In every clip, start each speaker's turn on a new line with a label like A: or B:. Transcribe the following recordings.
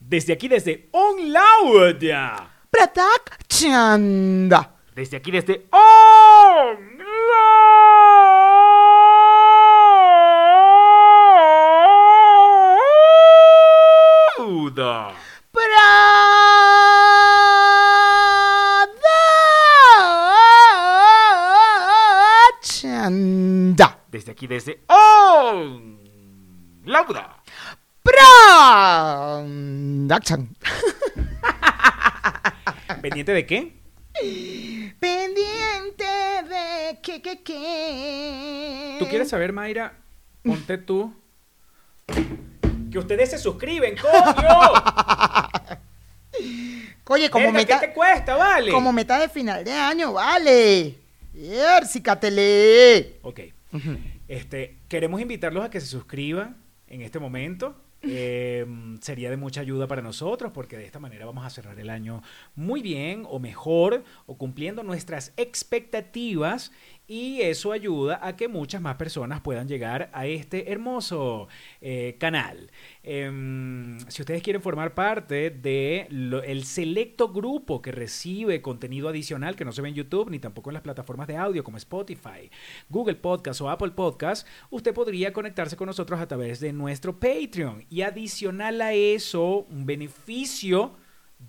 A: Desde aquí, desde OnLoud.
B: Pratak Chanda.
A: Desde aquí, desde OnLoud.
B: Pratak Chanda.
A: Desde aquí, desde OnLoud.
B: Pratak Chanda.
A: Ah, ¿Pendiente de qué?
B: Pendiente de que que que.
A: ¿Tú quieres saber, Mayra? Ponte tú. Que ustedes se suscriben, coño.
B: Oye, como
A: Verga,
B: meta,
A: ¿Qué te cuesta, vale?
B: como meta de final de año, vale. Yersicatele.
A: Ok. Este, queremos invitarlos a que se suscriban en este momento. Eh, sería de mucha ayuda para nosotros porque de esta manera vamos a cerrar el año muy bien o mejor o cumpliendo nuestras expectativas y eso ayuda a que muchas más personas puedan llegar a este hermoso eh, canal. Em, si ustedes quieren formar parte de lo- el selecto grupo que recibe contenido adicional que no se ve en YouTube ni tampoco en las plataformas de audio como Spotify, Google Podcast o Apple Podcast, usted podría conectarse con nosotros a través de nuestro Patreon. Y adicional a eso, un beneficio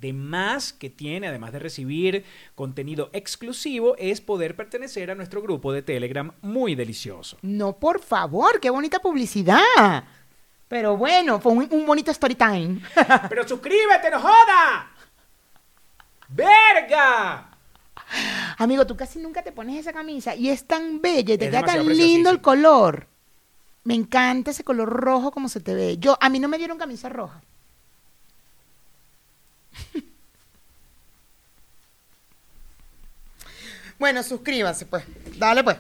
A: de más que tiene, además de recibir contenido exclusivo, es poder pertenecer a nuestro grupo de Telegram muy delicioso.
B: No, por favor, qué bonita publicidad. Pero bueno, fue un, un bonito story time.
A: ¡Pero suscríbete, no joda! ¡Verga!
B: Amigo, tú casi nunca te pones esa camisa y es tan bella y te
A: Es
B: queda tan
A: demasiado
B: lindo el
A: preciosísima.
B: color. Me encanta ese color rojo como se te ve. Yo, a mí no me dieron camisa roja. bueno, suscríbanse pues. Dale pues.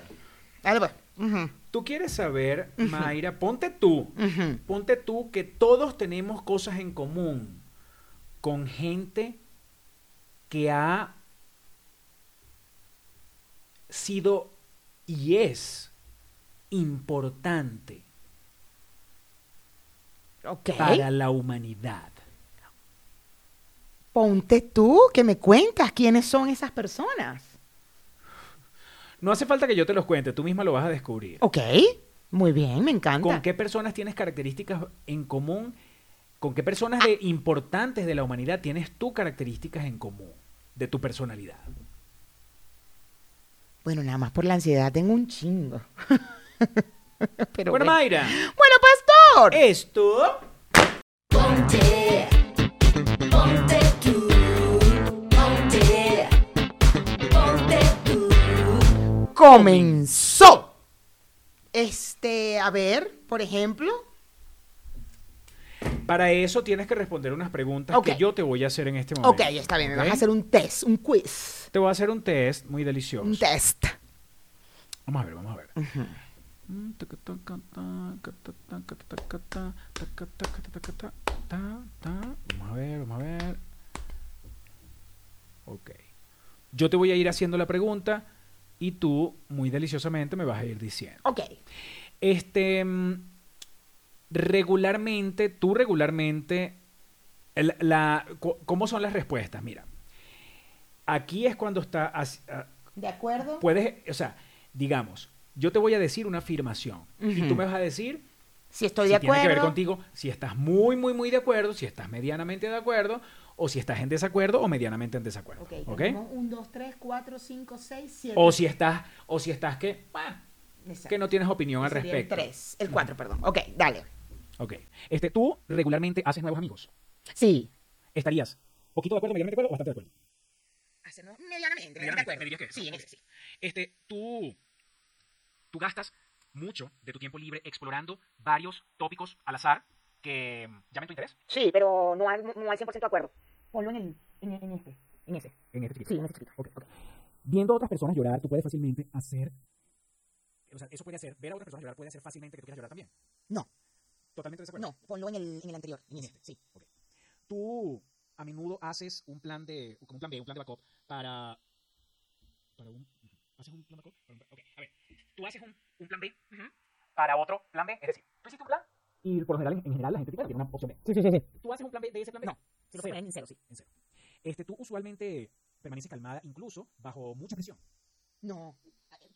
B: Dale pues. Ujú,
A: Tú quieres saber, Mayra, ponte tú,
B: ujú.
A: ponte tú que todos tenemos cosas en común con gente que ha sido y es importante
B: Ok.
A: para la humanidad.
B: Ponte tú que me cuentas quiénes son esas personas.
A: No hace falta que yo te los cuente, tú misma lo vas a descubrir.
B: Ok. Muy bien, me encanta.
A: ¿Con qué personas tienes características en común? ¿Con qué personas de- importantes de la humanidad tienes tú características en común de tu personalidad?
B: Bueno, nada más por la ansiedad tengo un chingo.
A: bueno, eh,
B: Pero bueno.
A: Mayra,
B: Bueno, pastor.
A: esto
C: Ponte, ponte tú, ponte, ponte tú.
B: comenzó. Este, a ver, por ejemplo,
A: Para eso tienes que responder unas preguntas
B: Ok.
A: que yo te voy a hacer en este momento.
B: ok, está bien, me
A: ¿Ok?
B: vas a hacer un test, un quiz,
A: Te voy a hacer un test muy delicioso.
B: un test.
A: Vamos a ver, vamos a ver. Vamos a ver, vamos a ver. Ok. Yo te voy a ir haciendo la pregunta y tú, muy deliciosamente, me vas a ir diciendo.
B: Ok,
A: Este, mm, regularmente, tú regularmente, el- la, cu- ¿cómo son las respuestas? Mira, aquí es cuando está, as- a-
B: de acuerdo.
A: puedes, o sea, digamos, yo te voy a decir una afirmación y tú me vas a decir
B: si estoy
A: si
B: de
A: tiene que ver
B: acuerdo.
A: contigo, si estás muy, muy, muy de acuerdo, si estás medianamente de acuerdo, o si estás en desacuerdo o medianamente en desacuerdo,
B: Ok,
A: ¿ok?
B: tenemos un, dos, tres, cuatro, cinco, seis, siete.
A: O si estás, o si estás que, ah, que no tienes opinión al
B: Sería
A: respecto.
B: El tres, el cuatro, perdón. Ok, dale.
A: Ok. Este, tú regularmente haces nuevos amigos.
B: Sí.
A: ¿Estarías poquito de acuerdo, medianamente de acuerdo o bastante de acuerdo?
B: Medianamente, de acuerdo.
A: me dirías que
B: Sí, en
A: ok.
B: ese sí.
A: Este, tú, tú gastas mucho de tu tiempo libre explorando varios tópicos al azar que mm, llamen tu interés.
B: Sí, pero no al, no al 100% de acuerdo. Ponlo en, el, en, en este, en ese.
A: En este chiquito.
B: Sí, en este chiquito.
A: Ok, ok. Viendo a otras personas llorar, tú puedes fácilmente hacer... O sea, eso puede hacer, ver a otras personas llorar puede hacer fácilmente que tú quieras llorar también.
B: No,
A: Totalmente de acuerdo.
B: no, ponlo en el, en el anterior, en este, sí.
A: Tú a menudo haces un plan de... como un plan B, un plan de backup para... Para un... ¿Haces un plan backup? Para un plan- ok, a ver. Tú haces un, un plan B para otro plan B. Es decir, tú hiciste un plan y por lo general, en general la gente te dice, tiene una opción B.
B: Sí, sí, sí.
A: ¿Tú haces un plan B de ese plan B?
B: No.
A: Se lo ponen en cero, sí, en cero. Este, tú usualmente permaneces calmada, incluso bajo mucha presión.
D: No.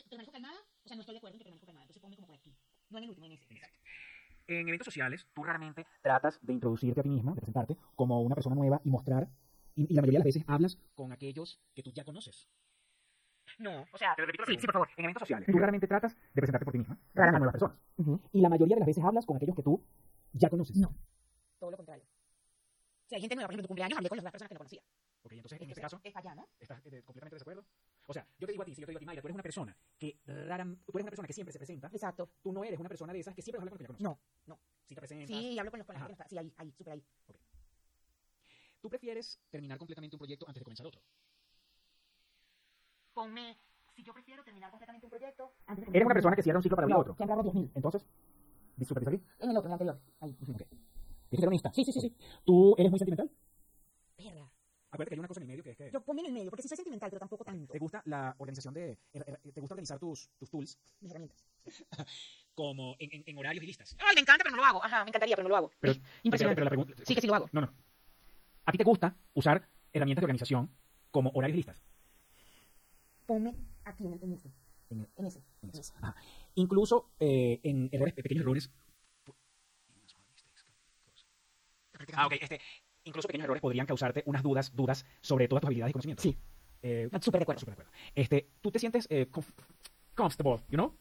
B: permanezco calmada, o sea, no estoy de acuerdo en que permanezco calmada, entonces ponme como por aquí. No en el último, en ese. Exacto.
A: En eventos sociales, tú raramente tratas de introducirte a ti misma, de presentarte como una persona nueva y mostrar. Y, y la mayoría de las veces hablas con aquellos que tú ya conoces.
D: No.
A: O sea, te repito sí, sí, por favor. En eventos sociales, tú raramente tratas de presentarte por ti misma a nuevas personas.
D: Ujú.
A: Y la mayoría de las veces hablas con aquellos que tú ya conoces. No.
B: Todo lo contrario. O sea, hay gente nueva, por ejemplo, en tu cumpleaños hablé con las demás personas que no conocía.
A: Ok, entonces en
B: Es-
A: este caso,
B: Es allá, ¿no?
A: ¿estás eh, completamente de desacuerdo? O sea, yo te digo a ti, si yo te digo a ti, Mayra, tú eres una persona que rara, tú eres una persona que siempre se presenta,
B: Exacto.
A: tú no eres una persona de esas que siempre habla con los que ya conoces.
B: No, no.
A: Si te presentas,
B: Sí, hablo con los con la gente
A: Ajá.
B: que no está- Sí, ahí, ahí, súper ahí.
A: tú prefieres terminar completamente un proyecto antes de comenzar otro.
B: Ponme, si yo prefiero terminar completamente un proyecto.
A: Eres una persona que cierra un ciclo para abrir
B: No,
A: otro.
B: que han grabado 10.000.
A: Entonces, disculpa, ¿te salí?
B: En el otro, en el anterior. Ahí.
A: Ok. ¿Eres hedonista? Sí, sí, sí, sí. ¿Tú eres muy sentimental?
B: Verga.
A: Acuérdate que hay una cosa en el medio que es que
B: Yo ponme en el medio, porque sí soy sentimental, pero tampoco tanto.
A: te gusta la organización de... er- er- Te gusta organizar tus, tus tools
B: Mis herramientas.
A: como en, en- en horarios y listas.
B: Ay, me Ah, encanta, pero no lo hago. Ajá, me encantaría, pero no lo hago.
A: Pero-
B: Es impresionante.
A: pero la pregunta-
B: Sí, que sí lo hago.
A: No, no. ¿A ti te gusta usar herramientas de organización como horarios y listas?
B: Ponme aquí, en, el- en este.
A: En el-
B: En ese. En
A: Eso.
B: ese.
A: Ajá. Incluso eh, en errores, pequeños errores. Ah, ok. Este, incluso pequeños errores podrían causarte unas dudas, dudas sobre todas tus habilidades y conocimientos.
B: Sí.
A: Eh,
B: Súper de acuerdo.
A: súper de acuerdo. Este, tú te sientes eh, comf- comfortable, you know?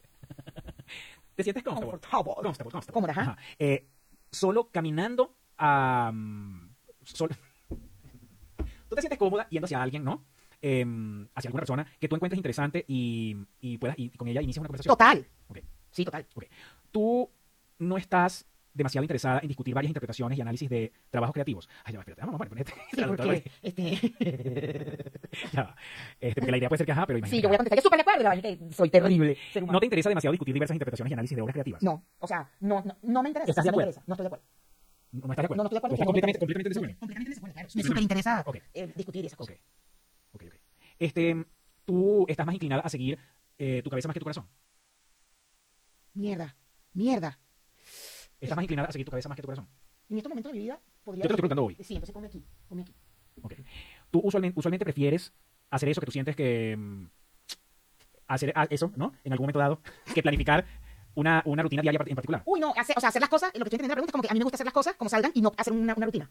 A: te sientes comfortable.
B: Comfortable.
A: Comfortable, comfortable.
B: Cómoda, ajá.
A: Eh, solo caminando a... mm, solo- tú te sientes cómoda yendo hacia alguien, ¿no? Em, hacia alguna persona que tú encuentres interesante y, y puedas y con ella inicias una conversación.
D: Total.
A: Ok.
D: Sí, total.
A: Ok. Tú no estás demasiado interesada en discutir varias interpretaciones y análisis de trabajos creativos. Ay, ya va, espérate, vamos a poner este
D: Sí,
A: traductor
D: porque,
A: aquí.
D: este,
A: Ya va. Este, porque la idea puede ser que ajá, pero imagínate.
B: Sí, yo voy a contestar. Yo súper de acuerdo, la vaina que soy terrible. Ser humano.
A: No te interesa demasiado discutir diversas interpretaciones y análisis de obras creativas.
B: No, o sea, no, no, no me interesa.
A: ¿Estás de
B: no me
A: acuerdo?
B: interesa, No estoy de acuerdo.
A: No, no estás de acuerdo.
B: No, no estoy de acuerdo,
A: Estás
B: pero no me
A: completamente,
B: interesa.
A: completamente desagüe.
B: Completamente desacuerdo, claro. Me súper interesa
A: Ok.
B: eh, discutir esas cosas.
A: Ok. Ok, ok. Este, tú estás más inclinada a seguir eh, tu cabeza más que tu corazón.
D: mierda, mierda.
A: Estás más inclinada a seguir tu cabeza más que tu corazón.
B: En estos momentos de mi vida podría...
A: Yo te lo estoy preguntando hoy.
B: Sí, entonces ponme aquí, ponme aquí.
A: Ok. Tú usualmente, usualmente prefieres hacer eso que tú sientes que. mm, Hacer ah, eso, ¿no? En algún momento dado, que planificar una, una rutina diaria en particular.
B: Uy, no, hace- o sea, hacer las cosas, lo que estoy entendiendo de la pregunta es como que a mí me gusta hacer las cosas como salgan y no hacer una, una rutina.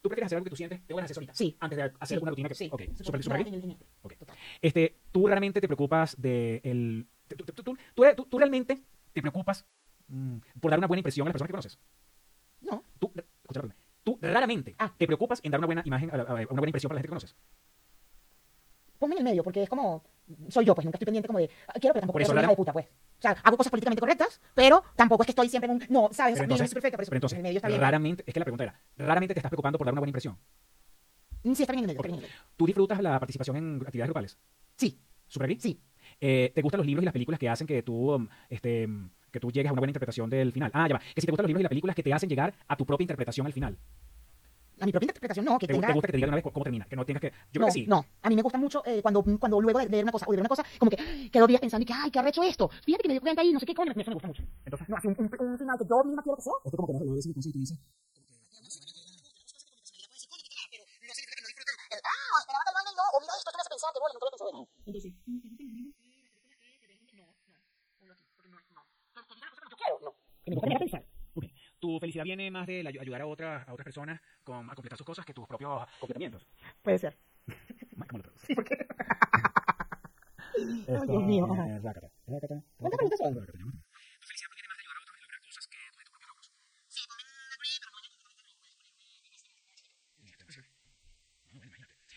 A: ¿Tú prefieres hacer algo que tú sientes? Te voy a hacer eso ahorita.
B: Sí.
A: Antes de hacer
B: Sí,
A: una rutina que.
B: Sí.
A: Ok.
B: Súper-
A: Súper,
B: no,
A: súper
B: en
A: bien.
B: el- en el-
A: Ok.
B: Total.
A: Este, tú realmente te preocupas de el. Tú, tú- tú- tú- tú- tú realmente te preocupas mm, por dar una buena impresión a las personas que conoces.
B: No,
A: Tú, escucha la pregunta. Tú raramente
B: Ah.
A: te preocupas en dar una buena imagen, a la- a una buena impresión para la gente que conoces.
B: ponme en el medio porque es como... Soy yo, pues nunca estoy pendiente como de... ah, Quiero, pero tampoco
A: Por eso
B: quiero ser una
A: la-
B: hija de puta, pues. O sea, hago cosas políticamente correctas, pero tampoco es que estoy siempre en un... No, ¿sabes?
A: Pero
B: O sea, mi vida
A: entonces,
B: es perfecta, por eso
A: pero entonces,
B: en el medio está bien.
A: raramente, es que la pregunta era, raramente te estás preocupando por dar una buena impresión.
B: Mm, Sí, está bien en el medio, está
A: Ok.
B: bien en el medio.
A: ¿Tú disfrutas la participación en actividades grupales?
B: Sí,
A: ¿Super bien?
B: sí.
A: Eh, ¿Te gustan los libros y las películas que hacen que tú, um, este, um, que tú llegues a una buena interpretación del final? Ah, ya va. Que si te gustan los libros y las películas que te hacen llegar a tu propia interpretación al final.
B: A mi propia interpretación, no, que
A: ¿Te, gu-
B: tenga...
A: te gusta que te digan una vez cu- cómo termina? Que no tengas que... Yo creo
B: no,
A: que sí.
B: no, a mí me gusta mucho eh, cuando, cuando luego de leer una cosa o de ver una cosa, como que ¡ay! quedo días pensando y que, ay, que arrecho esto. Fíjate que me dio cuenta ahí, no sé qué, coño, eso me gusta mucho.
A: Entonces,
B: No, así un, un, un final que yo misma quiero que sea.
A: esto como que no lo ves entonces y tú dices...
B: Ah, esperaba tal vaina y no, o mira esto, esto me hace pensar, que bueno, no te lo pensado. Entonces, yo quiero, no. Que me gusta pensar.
A: Ok. Tu felicidad viene más de la ayu- ayudar a otras, a otras personas con, a completar sus cosas que tus propios completamientos.
B: Puede ser.
A: Mike, ¿cómo lo traduces? Esto,
B: Ay, Dios mío,
A: eh,
B: ajá.
A: rácata, rácata, rácata,
B: ¿Cuántas preguntas son?
A: rácata, ¿no?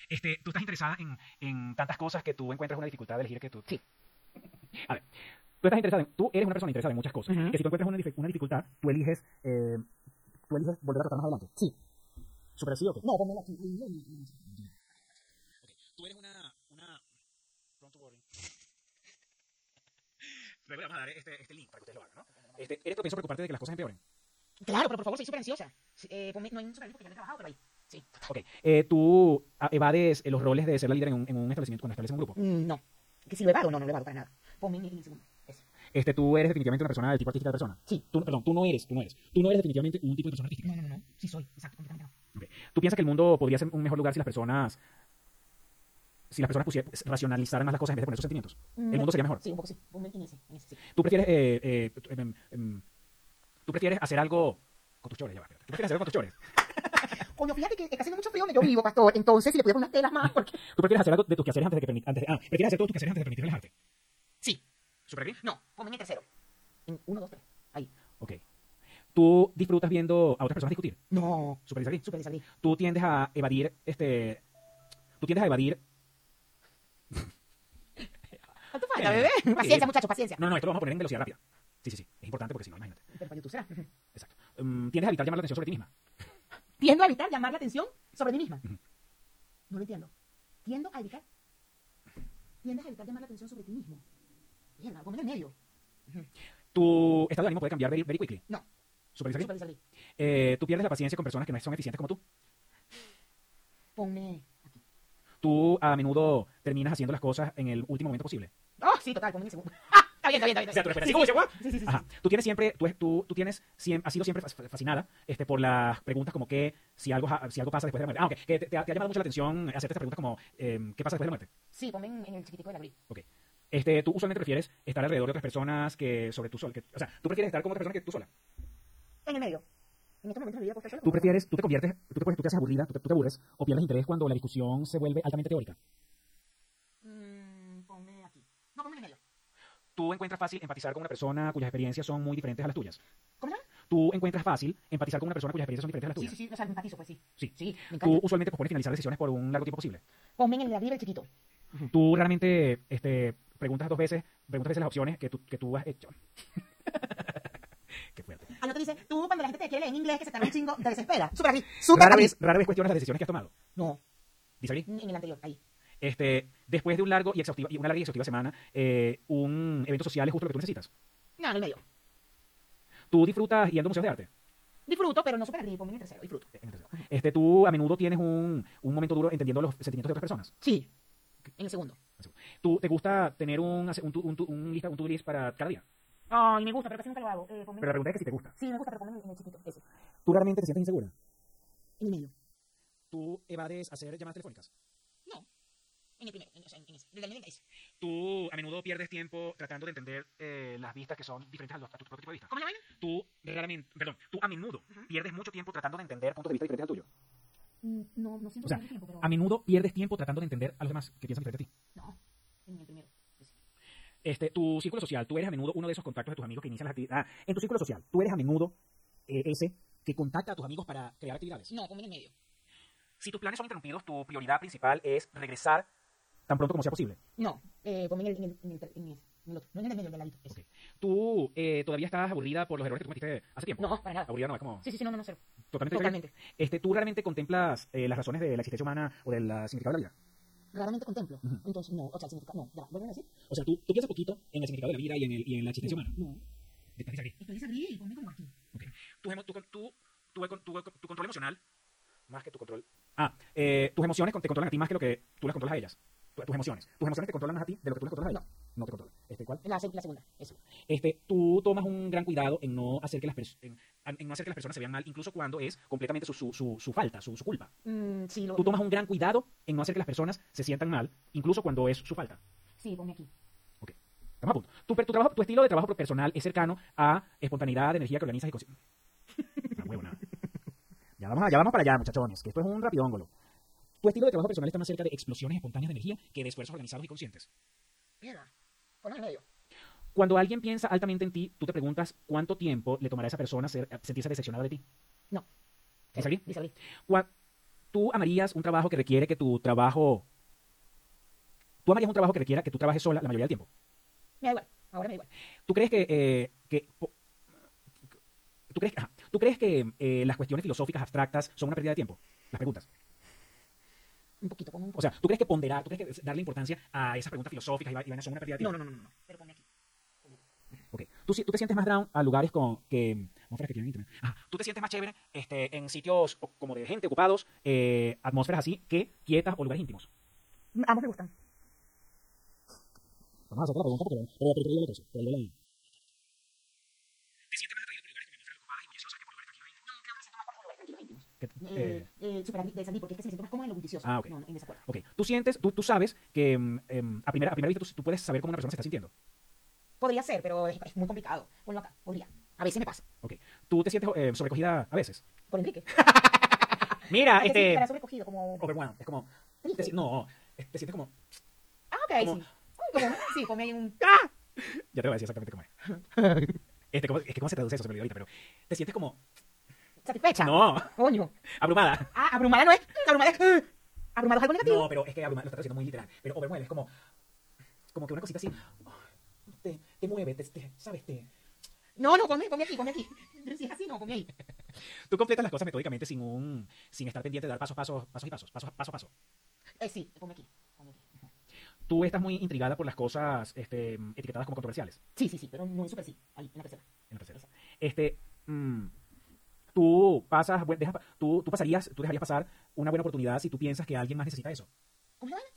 A: Este, tú estás interesada en, en tantas cosas que tú encuentras una dificultad de elegir que tú. Sí. A ver, tú estás interesada en, tú eres una persona interesada en muchas cosas.
B: Ujú.
A: Que si tú encuentras una, dific- una dificultad, tú eliges, eh, tú eliges volver a tratar más adelante. Sí. ¿Super sí o qué?
B: No, ponmelo aquí. Ay, ay, ay, ay.
A: Ok, Tú eres una. una... Pronto boring. Luego le vamos a dar este, este link para que ustedes lo hagan, ¿no? Este, eres propenso a preocuparte de que las cosas empeoren.
B: Claro, pero por favor, soy súper ansiosa. Sí, Eh, ponme, no hay un superávit porque ya lo he trabajado, pero ahí. Sí.
A: Ok. eh, tú ah, evades eh, los roles de ser la líder en un, en un establecimiento cuando estableces un grupo.
B: Mm, no. Que si lo he vado, no, no lo he vado para nada. Ponme en el segundo. Eso.
A: este, tú eres definitivamente una persona del tipo artística de persona. Sí, tú, perdón, tú no eres, tú no eres. Tú no eres definitivamente un tipo de persona artística.
B: No, no, no, no. Sí soy. Exacto, completamente no.
A: Ok. ¿Tú piensas que el mundo podría ser un mejor lugar si las personas, si las personas pusie- racionalizaran más las cosas en vez de poner sus sentimientos?
B: Mm.
A: El mundo sería mejor.
B: Sí, un poco sí. Un- En ese, en ese, sí.
A: ¿Tú prefieres, eh, eh, tú- em, em, tú prefieres hacer algo con tus chores? Ya va, espérate. ¿Tú prefieres hacer algo con tus chores?
B: Coño, fíjate que está haciendo mucho frío donde yo vivo, pastor. Entonces, si le pudiera poner unas telas más, porque...
A: ¿Tú prefieres hacer algo de tus quehaceres antes de que permit- antes de- ah, prefieres hacer todos tus quehaceres antes de permitir el arte?
B: Sí.
A: ¿Súper bien?
B: No, ponme en el tercero. En uno, dos, tres. Ahí.
A: Ok. ¿Tú disfrutas viendo a otras personas discutir?
B: No.
A: ¿Súper bien?
B: Súper desagrí.
A: Tú tiendes a evadir, este... Tú tiendes a evadir...
B: ¿Cuánto falta, bebé? Paciencia, muchachos, paciencia.
A: No, no, esto lo vamos a poner en velocidad rápida. Sí, sí, sí. Es importante porque si no, imagínate.
B: Pero para YouTube será.
A: Exacto. Mm, tiendes a evitar llamar la atención sobre ti misma.
B: Tiendo a evitar llamar la atención sobre mí misma. No lo entiendo. Tiendo a evitar. Tiendes a evitar llamar la atención sobre ti mismo. Mierda, ponme en el medio.
A: Tu estado de ánimo puede cambiar very, very quickly.
B: No.
A: ¿Súper bien?
B: Súper desagrí.
A: Eh, tú pierdes la paciencia con personas que no son eficientes como tú.
B: Ponme aquí.
A: Tú a menudo terminas haciendo las cosas en el último momento posible.
B: Oh, sí, total, ponme en el segundo. ¡Ah! Está bien, está bien,
A: O sea,
B: está bien.
A: tú
B: Está
A: esperas así, "Uy,
B: bien.
A: "Oh, guau".
B: Sí, sí, sí, sí,
A: Ajá. Tú tienes siempre, tú, tú, tú tienes, siem- has sido siempre fas- fascinada este, por las preguntas como que si algo, ja- si algo pasa después de la muerte. Ah, ok, que te, te ha, te ha llamado mucho la atención hacerte estas preguntas como em, ¿qué pasa después de la muerte?
B: Sí, ponme en en el chiquitico de la gris.
A: Ok. Este, tú usualmente prefieres estar alrededor de otras personas que sobre tú sola. que- o sea, tú prefieres estar con otra persona que tú sola.
B: En el medio. En este estos momentos de mi vida, por
A: Tú prefieres, tú te conviertes, tú te, pues, tú te haces aburrida, tú te, tú te aburres o pierdes interés cuando la discusión se vuelve altamente teórica.
B: Mm, ponme aquí. No, ponme en el medio.
A: Tú encuentras fácil empatizar con una persona cuyas experiencias son muy diferentes a las tuyas.
B: ¿Cómo se llama?
A: Tú encuentras fácil empatizar con una persona cuyas experiencias son diferentes a las
B: Sí,
A: tuyas.
B: sí, sí. O sea, me empatizo, pues sí.
A: Sí.
B: Sí, me
A: Tú
B: encanta.
A: usualmente pospones finalizar decisiones por un largo tiempo posible.
B: Ponme en el de la gris el chiquito.
A: Tú realmente este, preguntas dos veces, preguntas dos veces las opciones que tú, que tú has hecho. Qué fuerte.
B: Al otro Ah, dice, tú cuando la gente te quiere leer en inglés que se tarda un chingo, te desespera. Súper aquí, súper
A: Rara
B: aquí.
A: vez, rara vez cuestionas las decisiones que has tomado.
B: No,
A: Dice Abril.
B: en el anterior, ahí.
A: Este, después de un largo y exhaustivo, y una larga y exhaustiva semana, eh, un evento social es justo lo que tú necesitas.
B: No, en el medio.
A: Tú disfrutas yendo a museos de arte.
B: Disfruto, pero no súper aquí, ponme en el tercero, disfruto.
A: Este, tú a menudo tienes un, un momento duro entendiendo los sentimientos de otras personas.
B: Sí, en el segundo.
A: Tú te gusta tener un, un, tu- un, tu- un lista, un to-do list para cada día.
B: Ay, me gusta, pero casi nunca lo hago. Eh, ponme...
A: Pero la pregunta es que si te gusta.
B: Sí, me gusta, pero ponme en el chiquito, ese.
A: ¿Tú realmente te sientes insegura?
B: En el medio.
A: ¿Tú evades hacer llamadas telefónicas?
B: No, en el primero, en, o sea, en, en ese. Del medio en ese.
A: Tú a menudo pierdes tiempo tratando de entender eh, las vistas que son diferentes a, los- a tu propio tipo de vista.
B: ¿Cómo la vaina?
A: Tú raramente, perdón, tú a menudo pierdes mucho tiempo tratando de entender puntos de vista diferentes al tuyo.
B: Mm, No, no siento
A: O sea,
B: tanto tiempo, pero...
A: A menudo pierdes tiempo tratando de entender a los demás que piensan diferente a ti.
B: No, en el primero. ese.
A: Este, tu círculo social, tú eres a menudo uno de esos contactos de tus amigos que inician las actividades. Ah, en tu círculo social, tú eres a menudo eh, ese que contacta a tus amigos para crear actividades.
B: No, ponme en el medio.
A: Si tus planes son interrumpidos, tu prioridad principal es regresar tan pronto como sea posible.
B: No, eh, ponme en el, en el, en el, ter- en el, en el otro. No en el del medio, en el del ladito, ese.
A: Ok. Tú eh, todavía estás aburrida por los errores que tú cometiste hace tiempo.
B: No, para nada.
A: Aburrida no, es como
B: Sí, sí, sí, no, no, no, cero.
A: totalmente. diferente.
B: Totalmente.
A: Este, ¿Tú realmente contemplas eh, las razones de la existencia humana o del ah, significado de la vida?
B: Raramente contemplo.
A: Ujú.
B: Entonces, no, o sea, el significado, no, ya, va, vuelven a decir.
A: O sea, tú, tú piensas poquito en el significado de la vida y en, el- y en la existencia humana.
B: No,
A: Estás aquí.
B: estoy desagrí, ponme como aquí.
A: Tus emo- tu, con- tu- tu- con- tu- tu control emocional, más que tu control... Ah, eh, tus emociones con- te controlan a ti más que lo que tú las controlas a ellas. Tu- Tus emociones. Tus emociones te controlan más a ti de lo que tú las controlas a ellas. No, te controlan. Este, ¿cuál?
B: La, se- la segunda, eso.
A: Este, tú tomas un gran cuidado en no hacer que las, pers- en, en no hacer que las personas se vean mal, incluso cuando es completamente su, su, su, su falta, su, su culpa.
B: Mm, sí, lo,
A: Tú tomas un gran cuidado en no hacer que las personas se sientan mal, incluso cuando es su falta.
B: sí, ponme aquí.
A: Estamos a punto. Tu, per- tu trabajo, tu estilo de trabajo personal es cercano a espontaneidad, energía que organizas y cosas. ya, vamos, a- ya vamos para allá, muchachones, que esto es un rapidóngolo. Tu estilo de trabajo personal está más cerca de explosiones espontáneas de energía que de esfuerzos organizados y conscientes.
B: Mierda, ponme en el medio.
A: Cuando alguien piensa altamente en ti, tú te preguntas cuánto tiempo le tomará a esa persona ser- sentirse decepcionada de ti.
B: No.
A: ¿Es aquí?
B: Desagrí.
A: Cua- Tú amarías un trabajo que requiere que tu trabajo. Tú amarías un trabajo que requiera que tú trabajes sola la mayoría del tiempo.
B: Me da igual, ahora me da igual.
A: ¿Tú crees que, eh, que po- tú crees, ajá. ¿tú crees que eh, las cuestiones filosóficas abstractas son una pérdida de tiempo? Las preguntas.
B: Un poquito, ponme
A: O
B: un poco.
A: sea, ¿tú crees que ponderar, tú crees que darle importancia a esas preguntas filosóficas y va- y vainas son una pérdida de tiempo?
B: no, no, no, no, no, pero ponme aquí.
A: Ok. ¿Tú, si- tú te sientes más down a lugares con que atmósferas que tienen internet. Ajá. Tú te sientes más chévere este, en sitios o- como de gente ocupados, eh, atmósferas así que quietas o lugares íntimos.
B: Ambos me gustan.
A: Vamos a hacer otra pregunta porque pero, pero, pero, pero, pero, pero, pero, pero, Eh,
E: Eh, eh, superar de Sandy, porque es que se siente más cómoda en lo bullicioso.
A: Ah, ok.
E: No, en desacuerdo.
A: ok, tú sientes, tú, tú sabes que em, em, a, primera, a primera vista tú, tú puedes saber cómo una persona se está sintiendo.
E: Podría ser, pero es, es muy complicado. Ponlo acá, podría. A veces me pasa.
A: Ok, tú te sientes eh, sobrecogida a veces.
E: Por Enrique.
A: Mira,
E: Porque sí,
A: este...
E: estará sobrecogido, como.
A: Overwhelmed, es como... te si- no, es- te sientes como...
E: Ah, ok,
A: como-
E: sí. Como, sí, ponme ahí un.
A: Ya te voy a decir exactamente cómo es. Este, ¿cómo- es que cómo se traduce eso, se me olvidó ahorita, pero... Te sientes como...
B: Ah.
E: Satisfecha.
A: No,
E: Coño.
A: abrumada.
E: Ah, abrumada no es. Abrumada es. "Ugh". Abrumada es algo negativo.
A: No, pero es que abrumada lo estás haciendo muy literal. Pero overwhelmed es como... Como que una cosita así... oh, Te, te mueve, te, te- ¿sabes? Te,
E: No, no, ponme, ponme aquí, ponme aquí. Si es así, no, ponme ahí.
A: Tú completas las cosas metódicamente sin un sin estar pendiente de dar pasos, pasos, pasos y pasos, pasos, paso a paso.
E: Eh, sí, ponme aquí. ponme aquí.
A: Tú estás muy intrigada por las cosas este, etiquetadas como controversiales
E: Sí, sí, sí, pero no en super sí. Ahí, en la tercera.
A: en la tercera. Este, mm, tú pasas, buen- dejas pa- tú, tú pasarías, tú dejarías pasar una buena oportunidad si tú piensas que alguien más necesita eso.
E: ¿Cómo se llama?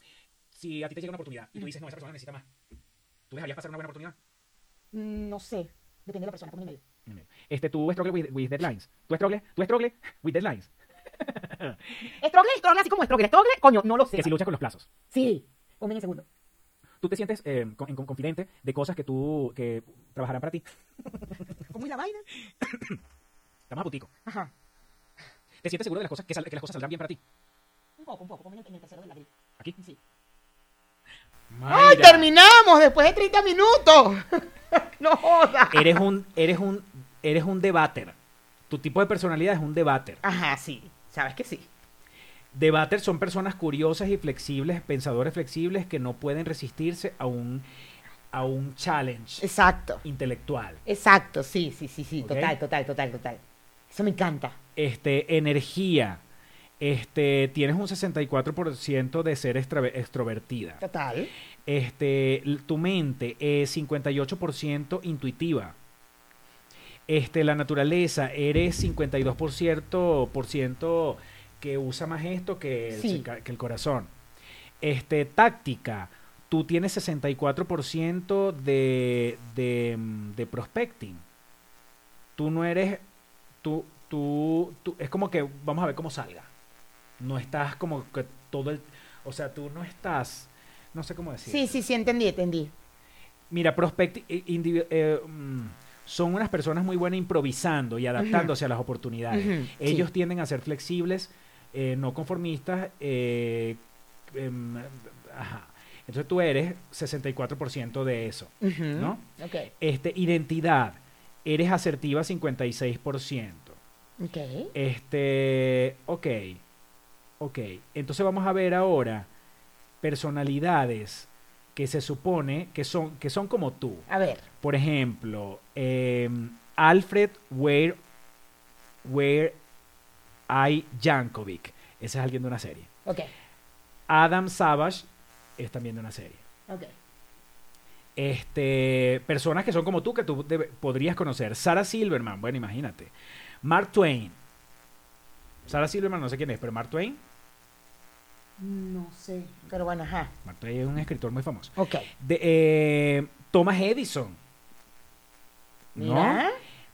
A: Si a ti te llega una oportunidad y tú dices, no, esa persona necesita más, ¿tú dejarías pasar una buena oportunidad?
E: Mm, No sé. Depende de la persona, ponme en medio.
A: Este, tú struggle with, with deadlines. Tú struggle, tú struggle with deadlines.
E: Estrogle, estrogle, así como estrogle, estrogle, coño, no lo sé.
A: Que si luchas con los plazos.
E: Sí, ponme en el segundo.
A: Tú te sientes eh, con- en- confidente de cosas que tú, que trabajarán para ti.
E: ¿Cómo es la vaina?
A: Está más butico.
E: Ajá.
A: ¿Te sientes seguro de las cosas, que, sal- que las cosas saldrán bien para ti?
E: Un poco, un poco, ponme en el, en el tercero de la gris.
A: ¿Aquí?
E: Sí.
B: ¡Ay, terminamos después de 30 minutos! ¡No joda!
A: Eres un, eres un, eres un debater. Tu tipo de personalidad es un debater.
B: Ajá, sí. Sabes que sí.
A: Debater son personas curiosas y flexibles, pensadores flexibles que no pueden resistirse a un, a un challenge
B: Exacto.
A: intelectual.
B: Exacto, sí, sí, sí, sí.
A: ¿Ok?
B: Total, total, total, total. Eso me encanta.
A: Este, energía. Este, tienes un 64% de ser extrave- extrovertida.
B: Total.
A: Este, l- tu mente es 58% intuitiva. Este, la naturaleza, eres 52% por ciento que usa más esto que el,
B: Sí.
A: cerca- que el corazón. Este, táctica, tú tienes 64% de, de, mm, de prospecting. Tú no eres, tú, tú, tú, es como que vamos a ver cómo salga. No estás como que todo el, o sea, tú no estás, no sé cómo decirlo.
B: Sí, sí, sí, entendí, entendí.
A: Mira, prospect i- indivi- eh, mm, son unas personas muy buenas improvisando y adaptándose a las oportunidades.
B: Ujú, sí.
A: Ellos tienden a ser flexibles, eh, no conformistas. eh, em, ajá. Entonces tú eres 64% de eso,
B: Ujú.
A: ¿no?
B: Ok,
A: Este, identidad, eres asertiva 56%.
B: ok.
A: Este, ok, ok. Entonces vamos a ver ahora personalidades que se supone que son, que son como tú.
B: A ver.
A: Por ejemplo, eh, Alfred Ware, Ware I. Jankovic. Ese es alguien de una serie.
B: Ok,
A: Adam Savage es también de una serie.
B: ok.
A: Este, personas que son como tú, que tú debe- podrías conocer. Sarah Silverman, bueno, imagínate. Mark Twain. Sarah Silverman, no sé quién es, pero Mark Twain.
B: No sé. Pero bueno, ajá.
A: Mark Twain es un escritor muy famoso.
B: Ok.
A: De, eh, Thomas Edison. ¿No?
B: Mira.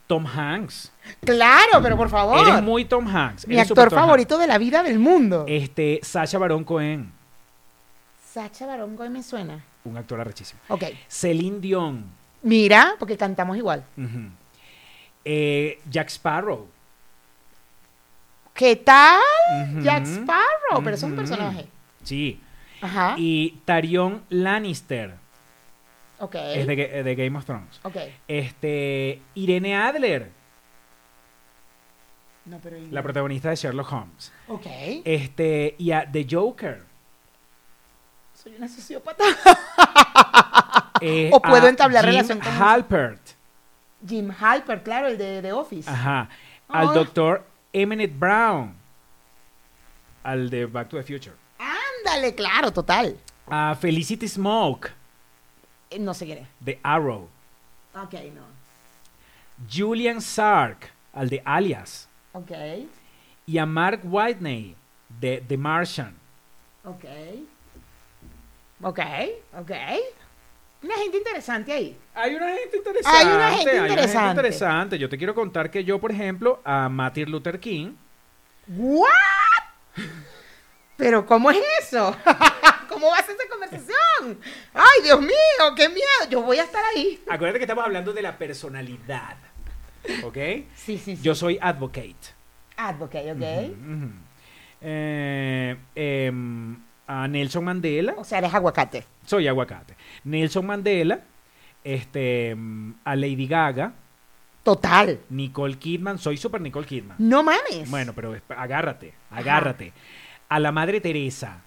A: Tom Hanks.
B: Claro, pero por favor.
A: Eres muy Tom Hanks.
B: Mi
A: eres
B: actor
A: súper Tom
B: favorito de la vida del mundo.
A: Hanks. Este, Sacha Baron Cohen,
B: Sacha Baron Cohen me suena.
A: un actor arrechísimo.
B: Ok.
A: Celine Dion.
B: Mira, porque cantamos igual.
A: ujú. Eh, Jack Sparrow.
B: ¿Qué tal?
A: ujú.
B: Ah, Jack Sparrow. Pero es un
A: Ujú.
B: personaje.
A: Sí.
B: Ajá.
A: Mm-hmm. Y Tyrion Lannister.
B: ok.
A: Es de, Ga- de Game of Thrones.
B: Ok.
A: Este, Irene Adler,
B: No, pero.
A: la protagonista de Sherlock Holmes.
B: Ok.
A: Este, y a The Joker.
B: Soy una sociópata.
A: eh,
B: Ah, O puedo
A: a
B: entablar
A: Jim
B: relación con-
A: Halpert.
B: Jim Halper, claro, el de The Office.
A: Ajá. Al
B: Ah.
A: doctor Emmett Brown. Al de Back to the Future.
B: Ándale, claro, total.
A: A Felicity Smoke
B: Eh, No sé quién es.
A: de Arrow.
B: Ok, no.
A: Julian Sark, al de Alias.
B: Ok,
A: Y a Mark Whitney de The Martian.
B: ok. Ok, ok. Una gente interesante ahí.
A: Hay una gente interesante.
B: Hay una gente
A: hay
B: interesante.
A: interesante. Yo te quiero contar que yo, por ejemplo, a Martin Luther King,
B: ¿What? ¿Pero cómo es eso? ¿Cómo va a ser esa conversación? ¡Ay, Dios mío! ¡Qué miedo! Yo voy a estar ahí.
A: acuérdate que estamos hablando de la personalidad, ¿ok?
B: Sí, sí, sí.
A: Yo soy advocate.
B: Advocate, ¿ok?
A: Ujú. Eh, em, a Nelson Mandela,
B: O sea, eres aguacate.
A: soy aguacate. Nelson Mandela, este, em, a Lady Gaga,
B: Total.
A: Nicole Kidman, soy super Nicole Kidman.
B: No mames.
A: Bueno, pero esp- agárrate, agárrate. A la madre Teresa,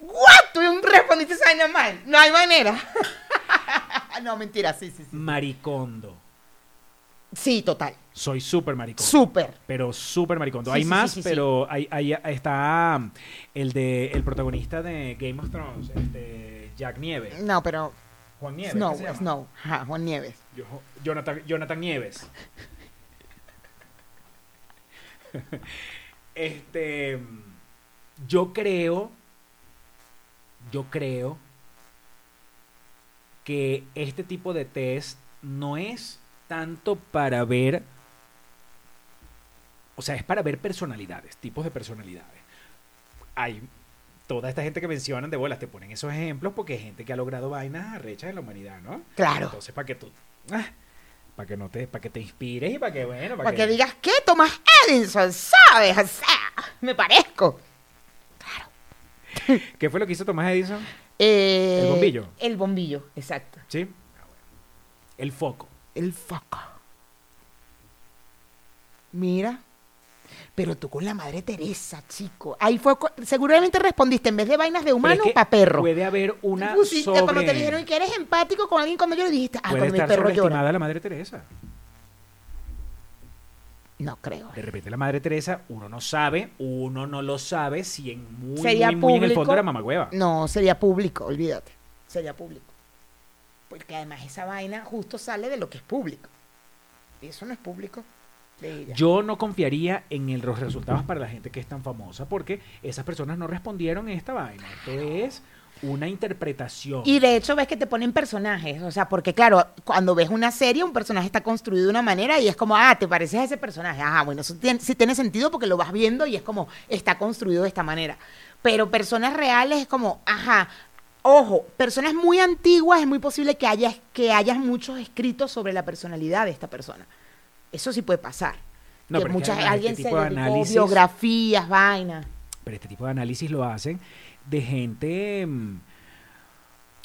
B: ¿What? Tú respondiste esa vaina mal. No hay manera. no, mentira. Sí, sí, sí.
A: Maricondo.
B: Sí, total.
A: Soy súper maricondo.
B: Súper.
A: pero súper maricondo.
B: Sí,
A: hay
B: sí,
A: más,
B: sí, sí, sí.
A: pero ahí hay, hay- está um, el de el protagonista de Game of Thrones, este, Jack Nieves.
B: No, pero.
A: Juan Nieves. ¿qué
B: Snow,
A: se llama?
B: Snow. Ajá, Juan Nieves.
A: Yo- Jonathan, Jonathan Nieves. este. Yo creo. Yo creo. Que este tipo de test no es tanto para ver. O sea, es para ver personalidades, tipos de personalidades. Hay. Toda esta gente que mencionan de bolas te ponen esos ejemplos porque es gente que ha logrado vainas arrechas en la humanidad, ¿no?
B: Claro.
A: Entonces, para que tú. para que no te. Para que te inspires y para que, bueno.
B: Para que digas, ¿qué? Tomás Edison, ¿sabes? O sea, me parezco.
A: ¿Qué fue lo que hizo Tomás Edison?
B: Eh,
A: El bombillo.
B: El bombillo, exacto.
A: ¿Sí? Ah, bueno. El foco.
B: El foco. Mira. Pero tú con la madre Teresa, chico. Ahí fue. cu- Seguramente respondiste en vez de vainas de
A: Pero es
B: humano,
A: que
B: pa' perro.
A: Puede haber una.
B: Pusiste
A: sobre...
B: cuando te dijeron que eres empático con alguien, cuando yo le dijiste, ah,
A: Puede
B: cuando mi
A: estar
B: perro llora.
A: sobreestimada la Madre Teresa.
B: No creo.
A: De repente la Madre Teresa, uno no sabe, uno no lo sabe si en muy,
B: Sería
A: muy, muy en el fondo
B: público.
A: era mamagüeva.
B: No, sería público, olvídate. Sería público. Porque además esa vaina justo sale de lo que es público. Y eso no es público de ella.
A: Yo no confiaría en el- los resultados para la gente que es tan famosa porque esas personas no respondieron esta vaina. Esto es una interpretación.
B: Y de hecho ves que te ponen personajes, o sea, porque claro, cuando ves una serie, un personaje está construido de una manera y es como, ah, te pareces a ese personaje. Ah, bueno, eso tiene- sí tiene sentido porque lo vas viendo y es como, está construido de esta manera. Pero personas reales es como, ajá, ojo, personas muy antiguas es muy posible que hayas, que hayas muchos escritos sobre la personalidad de esta persona. Eso sí puede pasar.
A: No, pero
B: que
A: es que
B: muchas,
A: además
B: alguien
A: este
B: se
A: tipo de
B: dedicó
A: análisis-
B: biografías, vainas.
A: Pero este tipo de análisis lo hacen de gente. mm,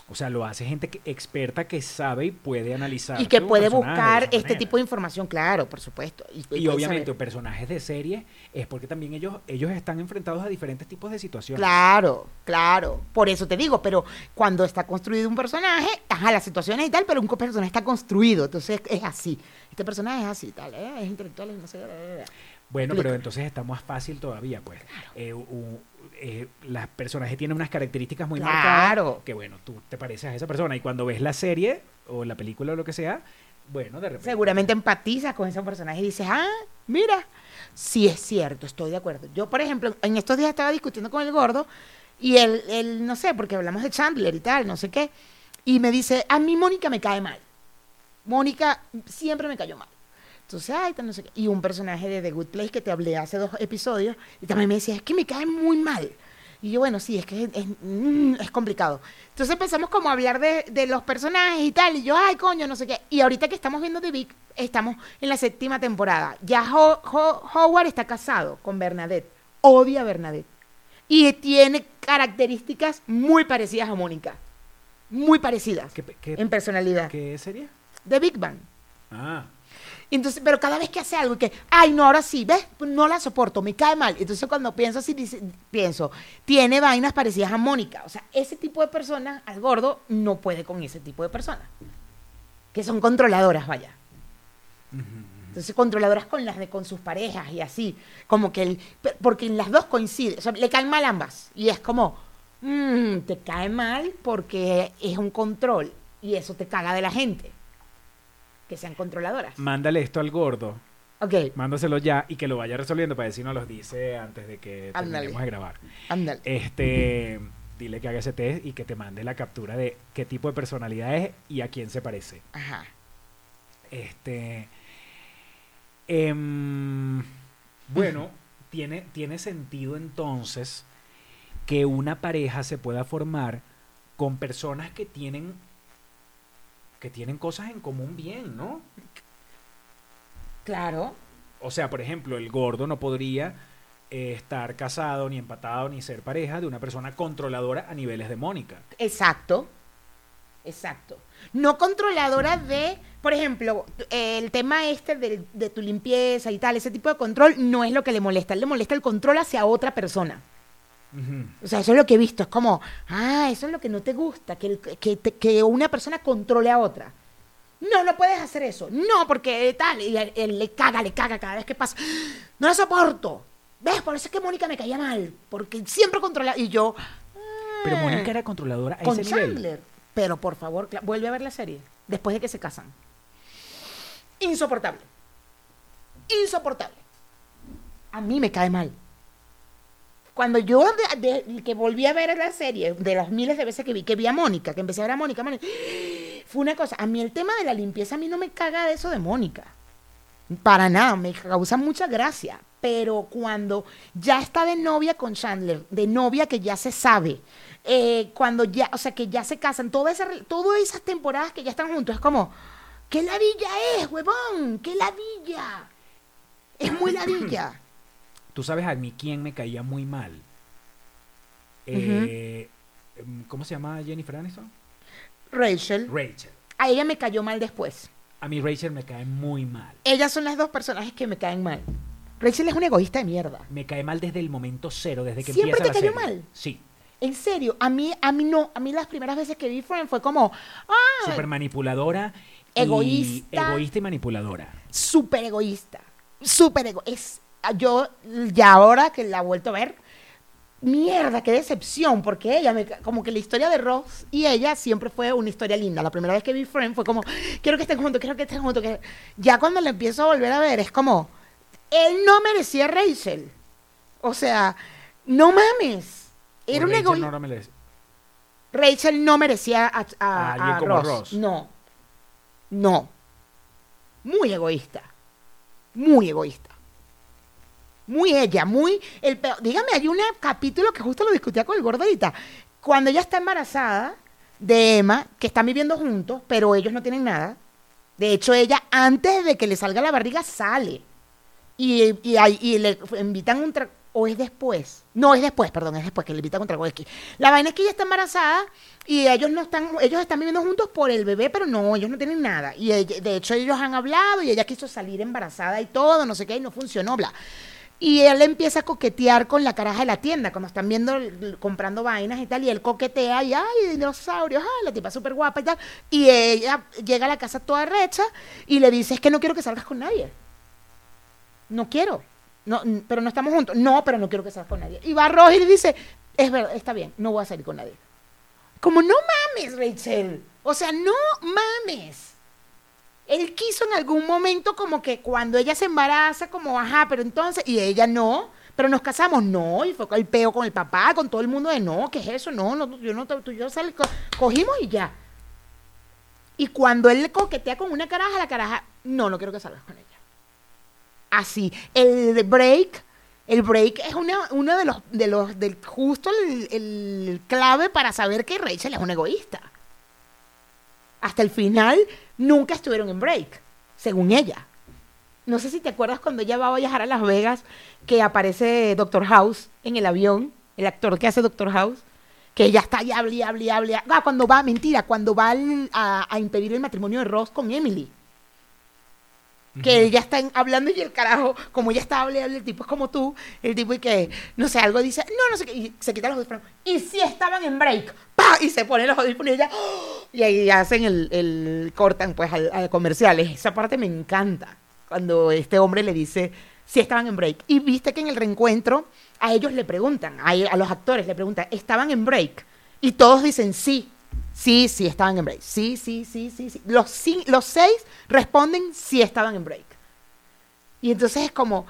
A: O sea, lo hace gente que- experta que sabe y puede analizar.
B: Y que
A: tu
B: puede
A: personaje de
B: buscar
A: esa
B: este
A: manera.
B: tipo de información, claro, por supuesto. Y, y
A: Y
B: puede
A: obviamente,
B: saber.
A: personajes de series es porque también ellos, ellos están enfrentados a diferentes tipos de situaciones.
B: Claro, claro. Por eso te digo, pero cuando está construido un personaje, ajá, las situaciones y tal, pero un co- personaje está construido. Entonces es así. Este personaje es así, tal, eh, es intelectual, es no sé. bla, bla, bla.
A: Bueno, pero
B: Explícame.
A: entonces está más fácil todavía, pues. Eh, u- eh, las personajes tienen unas características muy marcadas
B: Claro.
A: que, bueno, tú te pareces a esa persona y cuando ves la serie o la película o lo que sea, bueno, de repente.
B: Seguramente empatizas con ese personaje y dices, ah, mira, sí es cierto, estoy de acuerdo. Yo, por ejemplo, en estos días estaba discutiendo con el gordo y él, él, no sé, porque hablamos de Chandler y tal, no sé qué, y me dice, a mí Mónica me cae mal. Mónica siempre me cayó mal. Entonces, ay, tal, no sé qué. Y un personaje de The Good Place que te hablé hace dos episodios, y también me decía, es que me cae muy mal. Y yo, bueno, sí, es que es, es- mm, es complicado. Entonces empezamos como a hablar de, de los personajes y tal, y yo, ay, coño, no sé qué. Y ahorita que estamos viendo The Big, estamos en la séptima temporada. Ya Ho- Ho- Howard está casado con Bernadette, odia a Bernadette. Y tiene características muy parecidas a Mónica, muy parecidas
A: ¿Qué, qué-
B: en personalidad.
A: qué serie?
B: The Big Bang.
A: Ah.
B: Entonces, pero cada vez que hace algo que, ay, no, ahora sí, ¿ves? Pues No la soporto, me cae mal. Entonces, cuando pienso así, dice- pienso, tiene vainas parecidas a Mónica. O sea, ese tipo de personas, al gordo, no puede con ese tipo de personas. Que son controladoras, vaya. Entonces, controladoras con las de con sus parejas y así. Como que el, pe- porque en las dos coincide. O sea, le caen mal ambas. Y es como, mm, te cae mal porque es un control. Y eso te caga de la gente. Que sean controladoras.
A: Mándale esto al gordo.
B: Ok,
A: Mándaselo ya y que lo vaya resolviendo para decirnos los dice antes de que
B: Ándale.
A: terminemos de grabar.
B: ándale.
A: Este, dile que haga ese test y que te mande la captura de qué tipo de personalidad es y a quién se parece.
B: Ajá.
A: Este. em, bueno, tiene, tiene sentido entonces que una pareja se pueda formar con personas que tienen. que tienen cosas en común bien, ¿no?
B: Claro.
A: O sea, por ejemplo, el gordo no podría eh, estar casado, ni empatado, ni ser pareja de una persona controladora a niveles de Mónica.
B: Exacto. Exacto. No controladora de, por ejemplo, el tema este del- de, tu limpieza y tal, ese tipo de control no es lo que le molesta. Le molesta el control hacia otra persona.
A: Ujú.
B: O sea, eso es lo que he visto. Es como, ah, eso es lo que no te gusta, que, el- que, te- que una persona controle a otra. No, no puedes hacer eso. No, porque tal, y él, él le caga, le caga cada vez que pasa. No lo soporto. ¿Ves? Por eso es que Mónica me caía mal, porque siempre controla. Y yo,
A: Pero
B: ah,
A: Mónica era controladora a
B: con
A: ese nivel.
B: Chandler. Pero por favor, cla- vuelve a ver la serie, después de que se casan. Insoportable. Insoportable. A mí me cae mal. Cuando yo de- de- que volví a ver la serie, de las miles de veces que vi, que vi a Mónica, que empecé a ver a Mónica, Mónica, ¡ah! fue una cosa. A mí el tema de la limpieza, a mí no me caga eso de Mónica. Para nada, me causa mucha gracia. Pero cuando ya está de novia con Chandler, de novia que ya se sabe, eh, cuando ya, o sea, que ya se casan, toda esa re- todas esas temporadas que ya están juntos, es como, ¿qué ladilla es, huevón? ¿Qué ladilla? Es muy ladilla.
A: Tú sabes a mí quién me caía muy mal. Eh, em, ¿Cómo se llama Jennifer Aniston?
B: Rachel,
A: Rachel.
B: a ella me cayó mal después.
A: A mí Rachel me cae muy mal.
B: Ellas son las dos personajes que me caen mal. Rachel es una egoísta de mierda.
A: Me cae mal desde el momento cero, desde que
B: ¿Siempre
A: empieza
B: te
A: la
B: cayó
A: serie.
B: mal?
A: Sí,
B: En serio, a mí, a mí no, a mí las primeras veces que vi Friends fue como, ah,
A: súper manipuladora. y-
B: Egoísta.
A: egoísta y manipuladora.
B: súper egoísta. Súper egoísta. Es, yo, ya ahora que la he vuelto a ver, mierda, qué decepción, porque ella, me ca- como que la historia de Ross y ella siempre fue una historia linda. La primera vez que vi Friends fue como, quiero que estén juntos, quiero que estén juntos. que- Ya cuando la empiezo a volver a ver, es como, él no merecía a Rachel. O sea, no mames. Era un
A: Rachel
B: egoísta.
A: no lo merece.
B: Rachel no merecía a, a-
A: A alguien
B: a
A: como
B: Ross.
A: Ross.
B: No. No. Muy egoísta. Muy egoísta. Muy ella, muy el peo- Dígame, hay un capítulo que justo lo discutía con el gordo ahorita. Cuando ella está embarazada de Emma, que están viviendo juntos, pero ellos no tienen nada. De hecho, ella antes de que le salga la barriga sale. Y, y, ahí- y le invitan un trago. O es después. No, es después, perdón, es después que le invitan un trago de whisky. La vaina es que ella está embarazada y ellos no están, ellos están viviendo juntos por el bebé, pero no, ellos no tienen nada. Y ella- de hecho ellos han hablado y ella quiso salir embarazada y todo, no sé qué, y no funcionó, bla. Y él empieza a coquetear con la caraja de la tienda, cuando están viendo, el- comprando vainas y tal, y él coquetea y, ay, dinosaurios, ay, la tipa súper guapa y tal. Y ella llega a la casa toda recha y le dice, es que no quiero que salgas con nadie no quiero. No, n- pero no estamos juntos. No, pero no quiero que salgas con nadie. Y va Ross y le dice, es verdad, está bien, no voy a salir con nadie. Como no mames, Rachel. O sea, no mames. Él quiso en algún momento como que cuando ella se embaraza, como, ajá, pero entonces, y ella no, pero nos casamos, no, y fue el peo con el papá, con todo el mundo de, no, ¿qué es eso? No, no yo no, te- tú y yo salí, co- cogimos y ya. Y cuando él le coquetea con una caraja, la caraja, no, no quiero que salgas con ella así. El break, el break es una, uno de los, de los, del, justo el, el clave para saber que Rachel es una egoísta. Hasta el final nunca estuvieron en break, según ella. No sé si te acuerdas cuando ella va a viajar a Las Vegas, que aparece Doctor House en el avión, el actor que hace Doctor House, que ella está y habla y habla y habla. Ah, cuando va, mentira, cuando va al- a, a impedir el matrimonio de Ross con Emily que ella está en- hablando y el carajo, como ella está hablando, el tipo es como tú, el tipo y que, no sé, algo dice, no, no sé qué, y se quita los audífonos, y si estaban en break, pa, y se ponen los audífonos y ella, ¡oh! y ahí hacen el, el cortan pues al, al comerciales, esa parte me encanta, cuando este hombre le dice, si estaban en break, y viste que en el reencuentro a ellos le preguntan, a, a los actores le preguntan, ¿estaban en break? Y todos dicen sí. Sí, sí, estaban en break. Sí, sí, sí, sí, sí. Los, cin- los seis responden sí estaban en break. Y entonces es como,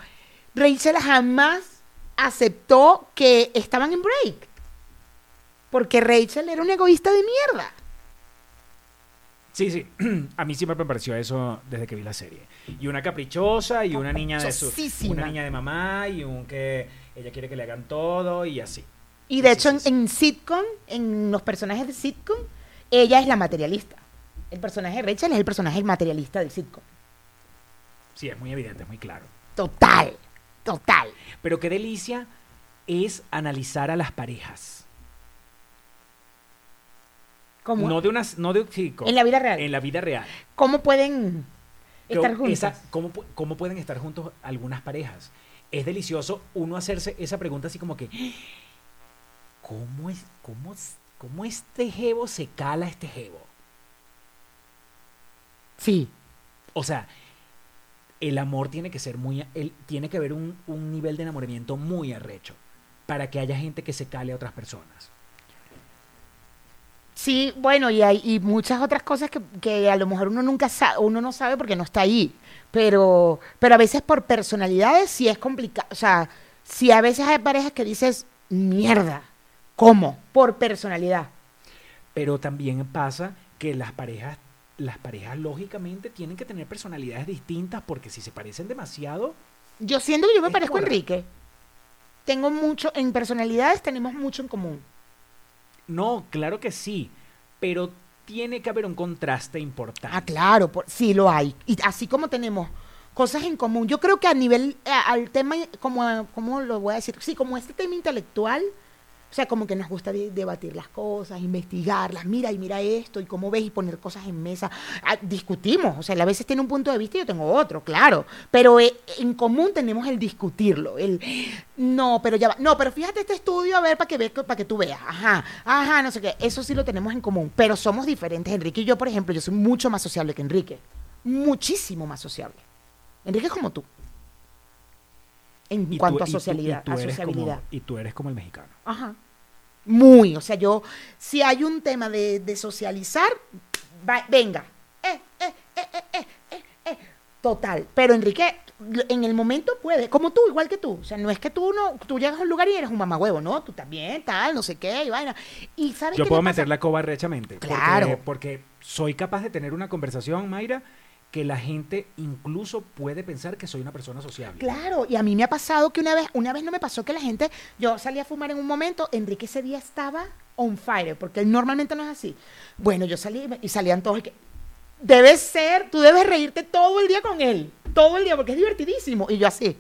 B: Rachel jamás aceptó que estaban en break. Porque Rachel era un egoísta de mierda.
A: Sí, sí. A mí siempre me pareció eso desde que vi la serie. Y una caprichosa y una niña de su, una
B: Caprichosísima.
A: niña de mamá y un que ella quiere que le hagan todo y así.
B: Y de
A: Sí,
B: hecho,
A: sí,
B: en,
A: sí.
B: en sitcom, en los personajes de sitcom, ella es la materialista. El personaje de Rachel es el personaje materialista del sitcom.
A: Sí, es muy evidente, es muy claro.
B: Total, total.
A: Pero qué delicia es analizar a las parejas.
B: Como
A: No de unas, no de un chico.
B: en la vida real.
A: En la vida real.
B: ¿Cómo pueden
A: Pero
B: estar juntas?
A: esa- ¿cómo, pu- cómo pueden estar juntos algunas parejas? Es delicioso uno hacerse esa pregunta así como que, "¡Ah! ¿cómo, es, cómo, es- cómo este jevo se cala a este jevo?
B: Sí.
A: O sea, el amor tiene que ser muy, el- tiene que haber un, un nivel de enamoramiento muy arrecho para que haya gente que se cale a otras personas.
B: Sí, bueno, y hay y muchas otras cosas que, que a lo mejor uno nunca sabe, uno no sabe porque no está ahí. Pero, pero a veces por personalidades sí es complicado. O sea, sí a veces hay parejas que dices, mierda, ¿cómo? Por personalidad.
A: Pero también pasa que las parejas, las parejas lógicamente tienen que tener personalidades distintas porque si se parecen demasiado,
B: Yo siento que yo me
A: Es
B: parezco a
A: correcto.
B: Enrique. Tengo mucho, en personalidades tenemos mucho en común.
A: No, claro que sí, pero tiene que haber un contraste importante.
B: Ah, claro, por- sí lo hay. Y así como tenemos cosas en común, yo creo que a nivel, a- al tema, como, ¿cómo lo voy a decir? Sí, como este tema intelectual, o sea, como que nos gusta de- debatir las cosas, investigarlas, mira y mira esto, y cómo ves, y poner cosas en mesa. Ah, discutimos, o sea, él a veces tiene un punto de vista y yo tengo otro, claro, pero eh, en común tenemos el discutirlo, el, no, pero ya va, no, pero fíjate este estudio a ver para que, ve, para que tú veas, ajá, ajá, no sé qué, eso sí lo tenemos en común, pero somos diferentes, Enrique y yo, por ejemplo, yo soy mucho más sociable que Enrique, muchísimo más sociable. Enrique es como tú. En
A: Y tú-
B: cuanto
A: y
B: a
A: tú- y
B: socialidad,
A: tú
B: a
A: eres como-
B: sociabilidad.
A: y tú eres como el mexicano.
B: Ajá. Muy, o sea, yo, si hay un tema de, de socializar, va- venga. Eh, eh, eh, eh, eh, eh, eh. Total, pero Enrique, en el momento puede, como tú, igual que tú. O sea, no es que tú no, tú llegas a un lugar y eres un mamagüevo, no, tú también, tal, no sé qué, y vaina. Y sabes
A: Yo
B: qué
A: puedo
B: le pasa?
A: meter la coba rechamente. porque-
B: Claro.
A: Porque, soy capaz de tener una conversación, Mayra, que la gente incluso puede pensar que soy una persona sociable.
B: Claro, y a mí me ha pasado que una vez, una vez no me pasó que la gente, yo salí a fumar en un momento, Enrique ese día estaba on fire, porque él normalmente no es así. Bueno, yo salí y me- y salían todos y que, debes ser, tú debes reírte todo el día con él, todo el día, porque es divertidísimo. Y yo así,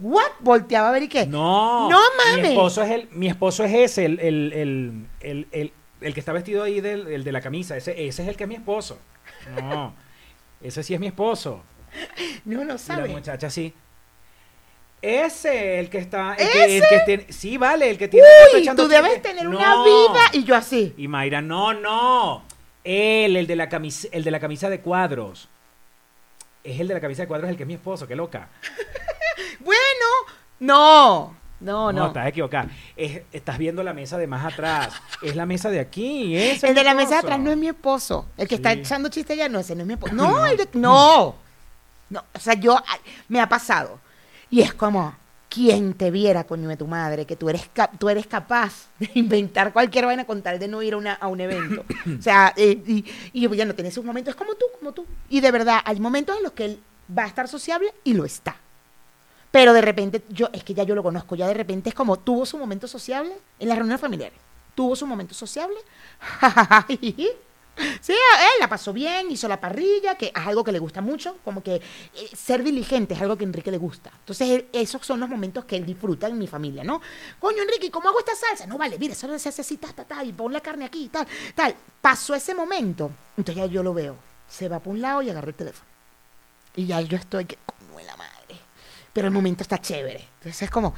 B: ¿what? Volteaba a ver y qué.
A: No,
B: No
A: Mi
B: mames.
A: esposo es, el, mi esposo es ese, el, el, el, el, el- el que está vestido ahí del el de la camisa. Ese, ese es el que es mi esposo. No, ese sí es mi esposo.
B: No, no
A: Y la
B: sabes.
A: muchacha sí. Ese, el que está. El que, el que tiene- sí, vale, el que tiene. que está
B: Uy,
A: echando
B: tú debes
A: chistes.
B: tener
A: No.
B: una vida. Y yo así.
A: Y Mayra, no, no. Él, el de, la camisa, el de la camisa de cuadros. Es el de la camisa de cuadros el que es mi esposo, qué loca.
B: Bueno, no, no, no.
A: estás equivocada. Es- estás viendo la mesa de más atrás. Es la mesa de aquí. ese
B: El
A: es
B: de
A: mi
B: la mesa de
A: esposo.
B: atrás no es mi esposo. El que está
A: Sí.
B: echando chiste ya no, ese no es mi esposo. No, el de- no. No, o sea, yo ay, me ha pasado. Y es como, quien te viera, coño de tu madre, que tú eres, cap- tú eres capaz de inventar cualquier vaina con tal de no ir a, una- a un evento. o sea, eh, y, y yo, bueno, tienes un momento, es como tú, como tú. Y de verdad, hay momentos en los que él va a estar sociable y lo está. Pero de repente, yo, es que ya yo lo conozco, ya de repente es como tuvo su momento sociable en las reuniones familiares. Tuvo su momento sociable. sí, él la pasó bien, hizo la parrilla, que es algo que le gusta mucho, como que eh, ser diligente es algo que a Enrique le gusta. Entonces, él- esos son los momentos que él disfruta en mi familia, ¿no? Coño, Enrique, ¿y ¿cómo hago esta salsa? No, vale, mira, solo se hace así, tal, tal, tal, y pon la carne aquí, tal, tal. Pasó ese momento, entonces ya yo lo veo. Se va por un lado y agarra el teléfono. Y ya yo estoy que coño de la madre. Pero el momento está chévere. Entonces es como,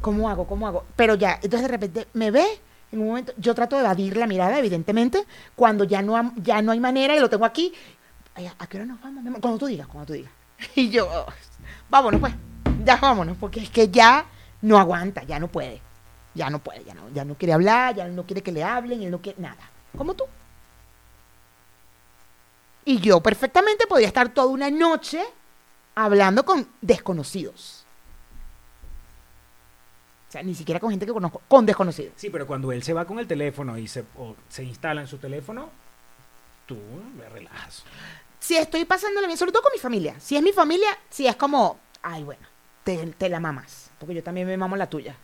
B: ¿cómo hago? ¿Cómo hago? Pero ya, entonces de repente me ve en un momento, yo trato de evadir la mirada, evidentemente, cuando ya no, am- ya no hay manera y lo tengo aquí. Ay, ¿A qué hora nos vamos? mi amor? Cuando tú digas, cuando tú digas. Y yo, oh, vámonos pues, ya vámonos, porque es que ya no aguanta, ya no puede. Ya no puede, ya no, ya no quiere hablar, ya no quiere que le hablen, él no quiere nada. Como tú. Y yo perfectamente podía estar toda una noche hablando con desconocidos. O sea, ni siquiera con gente que conozco, con desconocidos.
A: Sí, pero cuando él se va con el teléfono y se, o se instala en su teléfono, tú le relajas.
B: Si estoy pasándole bien, sobre todo con mi familia. Si es mi familia, si es como, ay, bueno, te, te la mamas. Porque yo también me mamo la tuya.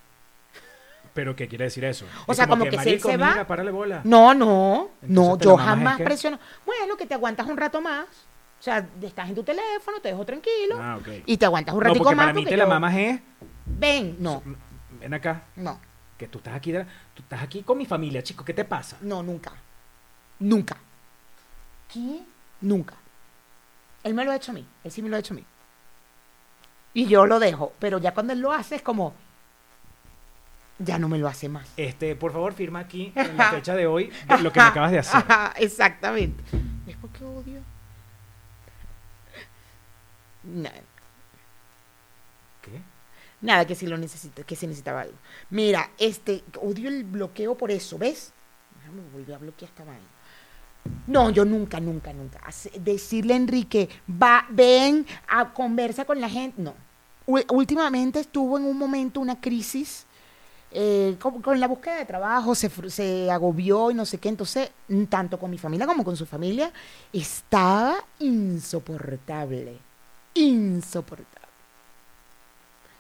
A: ¿Pero qué quiere decir eso?
B: O sea, como que si él
A: "Marico,
B: se va-
A: mira, párale bola.
B: No, no, no,
A: te
B: yo
A: la mamas,
B: jamás
A: ¿es que?
B: presiono. Bueno, que te aguantas un rato más. O sea, estás en tu teléfono, te dejo tranquilo.
A: Ah, ok.
B: Y te aguantas un
A: No,
B: ratico
A: porque
B: más.
A: para mí
B: porque
A: te la
B: yo-
A: mamas es,
B: Ven, no,
A: ven acá,
B: no,
A: que tú estás aquí, de- tú estás aquí con mi familia, chico, ¿qué te pasa?
B: no, nunca. Nunca. ¿Qué? Nunca. Él me lo ha hecho a mí. Él sí me lo ha hecho a mí. Y yo lo dejo. Pero ya cuando él lo hace es como. Ya no me lo hace más.
A: Este, por favor, firma aquí en la fecha de hoy de lo que me acabas de hacer.
B: Ajá, Exactamente. ¿Ves por qué odio? Nada,
A: ¿Qué?
B: nada, que si lo necesita, que si necesitaba algo. Mira, este, odio el bloqueo por eso, ¿ves? Déjame volver a bloquear esta vaina. No, yo nunca, nunca, nunca. Hace- Decirle a Enrique, va, ven, a, conversa con la gente. No. Ú- Últimamente estuvo en un momento una crisis eh, con, con la búsqueda de trabajo, se, fru- se agobió y no sé qué. Entonces, mm, tanto con mi familia como con su familia, estaba insoportable. Insoportable.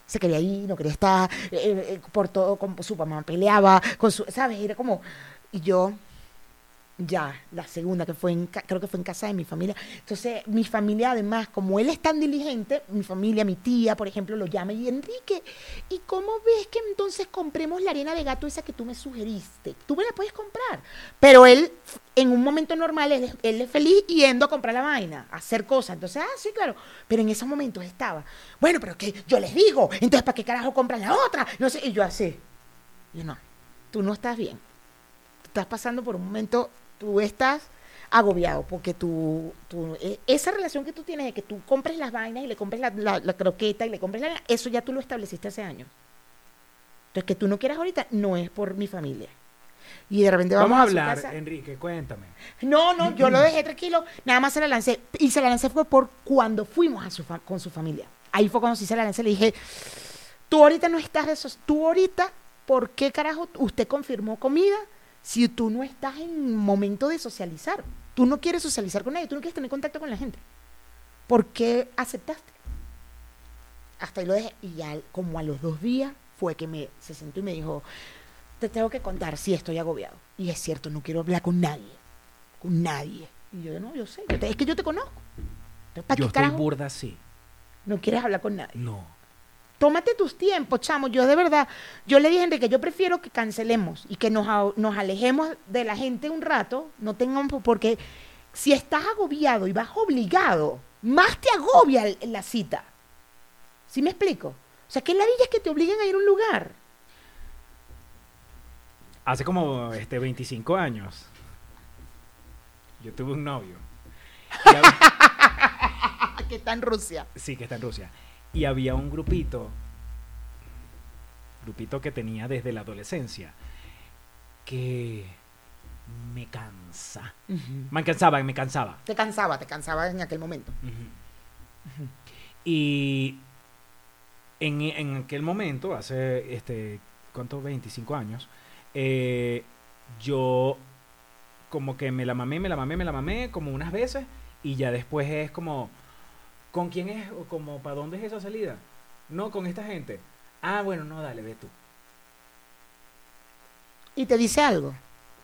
B: Se quería ir, no quería estar, eh, eh, por todo, con su mamá peleaba, con su, ¿sabes? Era como, y yo, ya, la segunda que fue en, ca- creo que fue en casa de mi familia. Entonces, mi familia además, como él es tan diligente, mi familia, mi tía, por ejemplo, lo llama y Enrique, ¿y cómo ves que entonces compremos la arena de gato esa que tú me sugeriste? Tú me la puedes comprar. Pero él, en un momento normal, él, es- él es feliz yendo a comprar la vaina, a hacer cosas. Entonces, ah, sí, claro. Pero en esos momentos estaba, bueno, pero que yo les digo, entonces, ¿para qué carajo compran la otra? No sé, y yo así. Yo no, tú no estás bien estás pasando por un momento, tú estás agobiado, porque tú, tú- e- esa relación que tú tienes de que tú compres las vainas y le compres la, la- la croqueta y le compres la... Eso ya tú lo estableciste hace años. Entonces, que tú no quieras ahorita no es por mi familia. Y de repente vamos,
A: Vamos a
B: su
A: hablar,
B: casa.
A: Enrique, cuéntame.
B: No, no, yo lo dejé tranquilo, nada más se la lancé. Y se la lancé fue por cuando fuimos a su fa- con su familia. Ahí fue cuando sí se la lancé, le dije, tú ahorita no estás de esos, tú ahorita, ¿por qué carajo usted confirmó comida si tú no estás en momento de socializar? Tú no quieres socializar con nadie, tú no quieres tener contacto con la gente. ¿Por qué aceptaste? Hasta ahí lo dejé. Y ya como a los dos días fue que me, se sentó y me dijo, te tengo que contar, sí, estoy agobiado. Y es cierto, no quiero hablar con nadie con nadie. Y yo, no, yo sé, yo te- es que yo te conozco. Entonces, ¿Para
A: Yo
B: qué
A: estoy
B: carajo
A: burda así.
B: no quieres hablar con nadie?
A: No.
B: Tómate tus tiempos, chamo. Yo de verdad, yo le dije, Enrique, yo prefiero que cancelemos y que nos, a- nos alejemos de la gente un rato, no tengamos, por- porque si estás agobiado y vas obligado, más te agobia el- la cita. ¿Sí me explico? O sea, que la villa es que te obliguen a ir a un lugar.
A: Hace como este 25 años, yo tuve un novio. Y hab-
B: Ah, que está en Rusia.
A: sí, que está en Rusia. Y había un grupito, grupito que tenía desde la adolescencia, que me cansa. Me cansaba, me cansaba.
B: Te cansaba, te cansaba en aquel momento.
A: Y en, en aquel momento, hace, este, ¿cuánto? 25 años, eh, yo como que me la mamé, me la mamé, me la mamé como unas veces y ya después es como, ¿con quién es? O como, ¿para dónde es esa salida? No, con esta gente. Ah, bueno, no, dale, ve tú.
B: ¿Y te dice algo?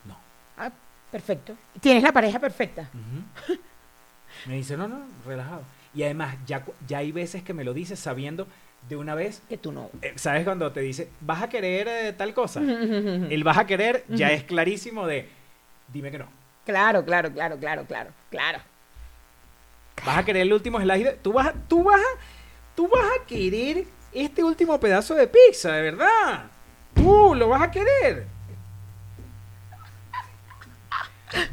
A: No.
B: Ah, perfecto. Tienes la pareja perfecta.
A: Ujú. Me dice, no, no, relajado. Y además, ya, cu- ya hay veces que me lo dices sabiendo de una vez
B: Que tú no.
A: Eh, ¿Sabes cuando te dice, vas a querer eh, tal cosa? El vas a querer ya es clarísimo de, dime que no.
B: Claro, claro, claro, claro, claro, claro.
A: Vas a querer el último slice. de- Tú vas, a- tú vas, a- tú vas a querer este último pedazo de pizza, de verdad. Tú lo vas a querer.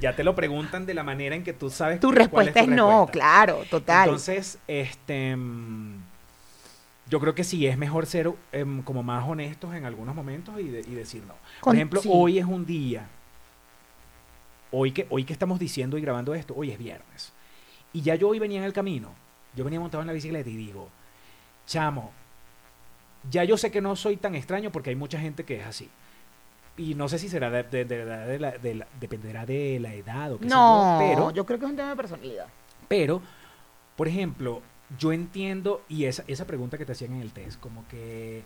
A: Ya te lo preguntan de la manera en que tú sabes.
B: Tu
A: cuál
B: respuesta es,
A: tu
B: no,
A: respuesta.
B: claro, total.
A: Entonces, este, mm, yo creo que sí es mejor ser em, como más honestos en algunos momentos y, de- y decir no. Por
B: Con-
A: ejemplo,
B: sí.
A: hoy es un día, hoy que, hoy que estamos diciendo y grabando esto, hoy es viernes. Y ya yo hoy venía en el camino, yo venía montado en la bicicleta y digo, chamo, ya yo sé que no soy tan extraño porque hay mucha gente que es así. Y no sé si será de, de- de- de- de la- de la- dependerá de la edad o qué sé
B: No,
A: yo, pero,
B: yo creo que es un tema de personalidad.
A: pero, por ejemplo, yo entiendo, y esa, esa pregunta que te hacían en el test, como que,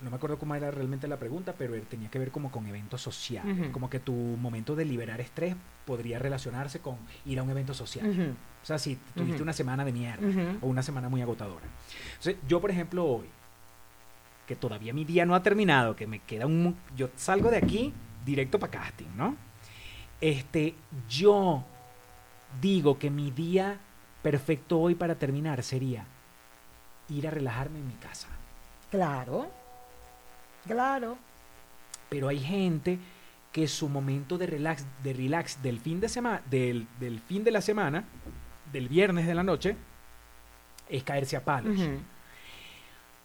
A: no me acuerdo cómo era realmente la pregunta, pero er, tenía que ver como con eventos sociales,
B: Ujú.
A: como que tu momento de liberar estrés podría relacionarse con ir a un evento social. O sea, si tuviste
B: Ujú.
A: una semana de mierda
B: Ujú.
A: o una semana muy agotadora. Entonces, yo, por ejemplo, hoy, que todavía mi día no ha terminado, que me queda un... mo- Yo salgo de aquí directo para casting, ¿no? Este, yo digo que mi día perfecto hoy para terminar sería ir a relajarme en mi casa.
B: Claro. Claro.
A: Pero hay gente que su momento de relax, de relax del fin de semana, del, del fin de la semana, del viernes de la noche, es caerse a palos.
B: Ujú.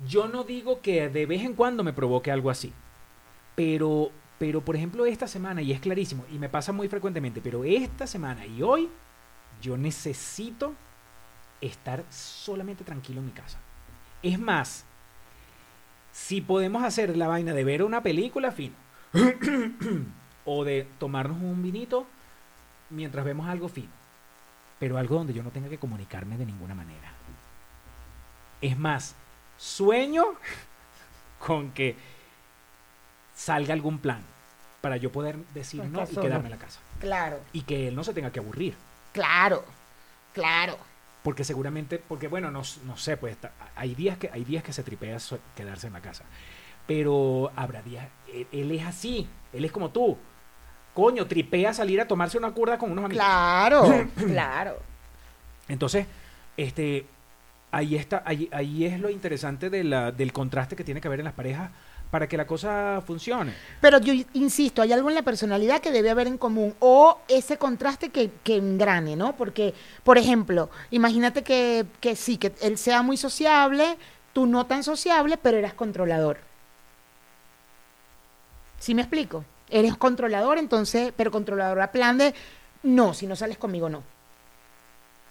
A: Yo no digo que de vez en cuando me provoque algo así, pero, pero por ejemplo esta semana, y es clarísimo, y me pasa muy frecuentemente, pero esta semana y hoy yo necesito estar solamente tranquilo en mi casa. Es más, si podemos hacer la vaina de ver una película, fino, o de tomarnos un vinito mientras vemos algo fino, pero algo donde yo no tenga que comunicarme de ninguna manera. Es más, sueño con que salga algún plan para yo poder decir
B: Pues
A: no
B: está
A: y
B: solo.
A: quedarme en la casa.
B: Claro.
A: Y que él no se tenga que aburrir.
B: Claro. Claro.
A: Porque seguramente, porque bueno, no, s- no sé, pues ta- hay días que hay días que se tripea so- quedarse en la casa. Pero habrá días, él, él es así, él es como tú. Coño, tripea salir a tomarse una curda con unos amigos.
B: Claro. claro.
A: Entonces, este, ahí está, ahí, ahí es lo interesante de la- del contraste que tiene que haber en las parejas para que la cosa funcione.
B: Pero yo insisto, hay algo en la personalidad que debe haber en común o ese contraste que, que engrane, ¿no? Porque, por ejemplo, imagínate que, que sí, que él sea muy sociable, tú no tan sociable, pero eras controlador. ¿Sí me explico? Eres controlador, entonces, pero controlador a plan de, no, si no sales conmigo, no.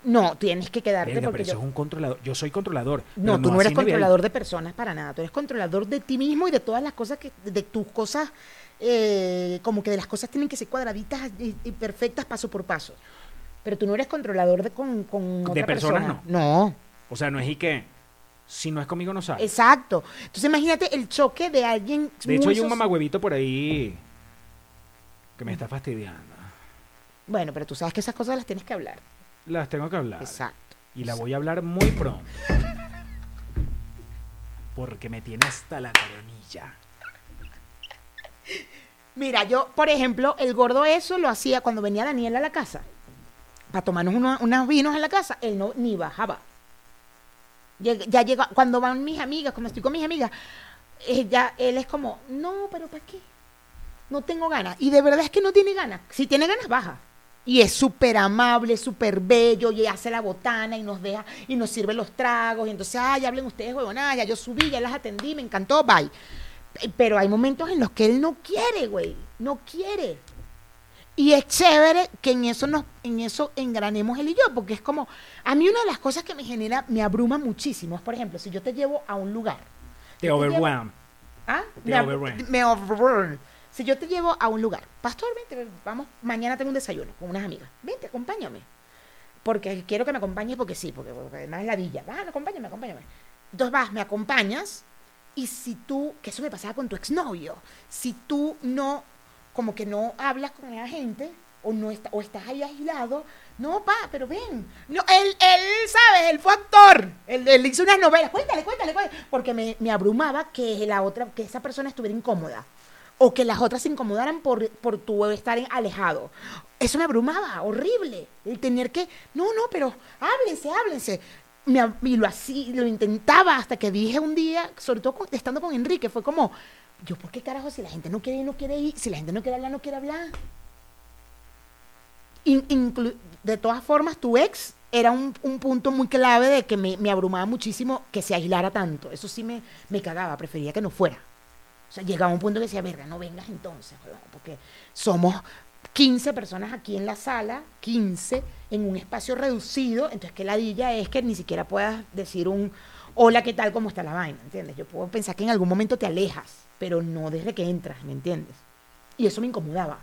B: No, tienes que quedarte
A: Verga, pero
B: porque
A: eso
B: yo...
A: es un controlador. Yo soy controlador.
B: No,
A: pero
B: tú no eres
A: así nivel.
B: controlador de personas para nada. Tú eres controlador de ti mismo y de todas las cosas que, de tus cosas, eh, como que de las cosas tienen que ser cuadraditas y, y perfectas paso por paso. Pero tú no eres controlador de con, con
A: De
B: otra
A: personas,
B: persona. No.
A: O sea, no es y que si no es conmigo no sale.
B: exacto. Entonces imagínate el choque de alguien.
A: De hecho,
B: muy
A: hay un
B: soci-
A: mamagüevito por ahí que me está fastidiando.
B: Bueno, pero tú sabes que esas cosas las tienes que hablar.
A: Las tengo que hablar.
B: Exacto.
A: Y la voy a hablar muy pronto. Porque me tiene hasta la coronilla.
B: Mira, yo, por ejemplo, el gordo eso lo hacía cuando venía Daniel a la casa. Para tomarnos uno- unos vinos en la casa, él no ni bajaba. Lleg- ya llega, cuando van mis amigas, como estoy con mis amigas, eh, ya él es como, no, pero ¿para qué? No tengo ganas. Y de verdad es que no tiene ganas. Si tiene ganas, baja. Y es súper amable, súper bello, y hace la botana y nos deja, y nos sirve los tragos. Y entonces, ay, hablen ustedes, huevonada, ya yo subí, ya las atendí, me encantó, bye. Pe- Pero hay momentos en los que él no quiere, güey. No quiere. Y es chévere que en eso nos, en eso engranemos él y yo, porque es como, a mí una de las cosas que me genera, me abruma muchísimo, es por ejemplo, si yo te llevo a un lugar,
A: Te overwhelm.
B: ¿ah?
A: Te
B: me, ab-
A: overwhelm.
B: me overwhelm. Si yo te llevo a un lugar, pastor, vente, vamos, mañana tengo un desayuno con unas amigas, vente, acompáñame, porque quiero que me acompañes porque sí, porque, porque además es la villa, vas, acompáñame, acompáñame. Entonces vas, me acompañas, y si tú, que eso me pasaba con tu exnovio, si tú no, como que no hablas con la gente, o no está, o estás ahí aislado, no, pa, pero ven. No, él, él, ¿sabes? Él fue actor. Él, él hizo unas novelas. Cuéntale, cuéntale, cuéntale. Porque me, me abrumaba que la otra, que esa persona estuviera incómoda. O que las otras se incomodaran por, por tu estar en- alejado. Eso me abrumaba, horrible. El tener que, no, no, pero háblense, háblense me, ab- y lo así, lo intentaba hasta que dije un día, sobre todo con- estando con Enrique, fue como, yo, ¿por qué carajo si la gente no quiere ir, no quiere ir? Si la gente no quiere hablar, no quiere hablar. In- inclu- de todas formas, tu ex era un, un punto muy clave de que me, me abrumaba muchísimo que se aislara tanto. Eso sí me, me cagaba, prefería que no fuera. O sea, llegaba un punto que decía, verga, no vengas entonces, huevón, porque somos 15 personas aquí en la sala, 15, en un espacio reducido, entonces que la dilla es que ni siquiera puedas decir un, hola, ¿qué tal? ¿Cómo está la vaina? ¿Entiendes? Yo puedo pensar que en algún momento te alejas, pero no desde que entras, ¿me entiendes? Y eso me incomodaba.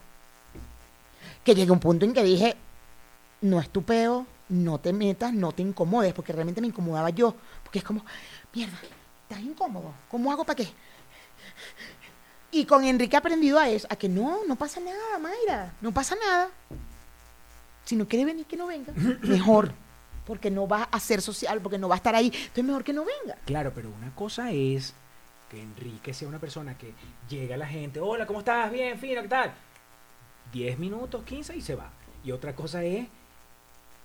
B: Que llegué a un punto en que dije, no es tu peo, no te metas, no te incomodes, porque realmente me incomodaba yo, porque es como, mierda, estás incómodo, ¿cómo hago para qué? Y con Enrique he aprendido a eso, a que no, no pasa nada, Mayra, no pasa nada. Si no quiere venir, que no venga, mejor, porque no va a ser social, porque no va a estar ahí, entonces mejor que no venga.
A: Claro, pero una cosa es que Enrique sea una persona que llega a la gente, hola, ¿cómo estás? Bien, fino, ¿qué tal? 10 minutos, 15 y se va. Y otra cosa es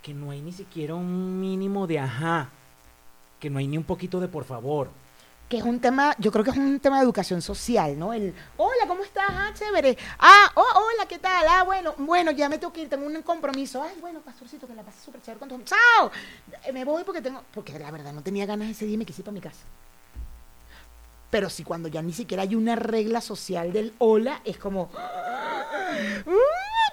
A: que no hay ni siquiera un mínimo de ajá, que no hay ni un poquito de por favor.
B: que es un tema, yo creo que es un tema de educación social, ¿no? El, hola, ¿cómo estás? Ah, chévere. Ah, oh, hola, ¿qué tal? Ah, bueno, bueno, ya me tengo que ir, tengo un compromiso. Ay, bueno, pastorcito, que la pases súper chévere con tu... ¡Chao! Eh, Me voy porque tengo... Porque la verdad no tenía ganas ese día y me quise ir para mi casa. Pero si cuando ya ni siquiera hay una regla social del hola, es como... "Uh,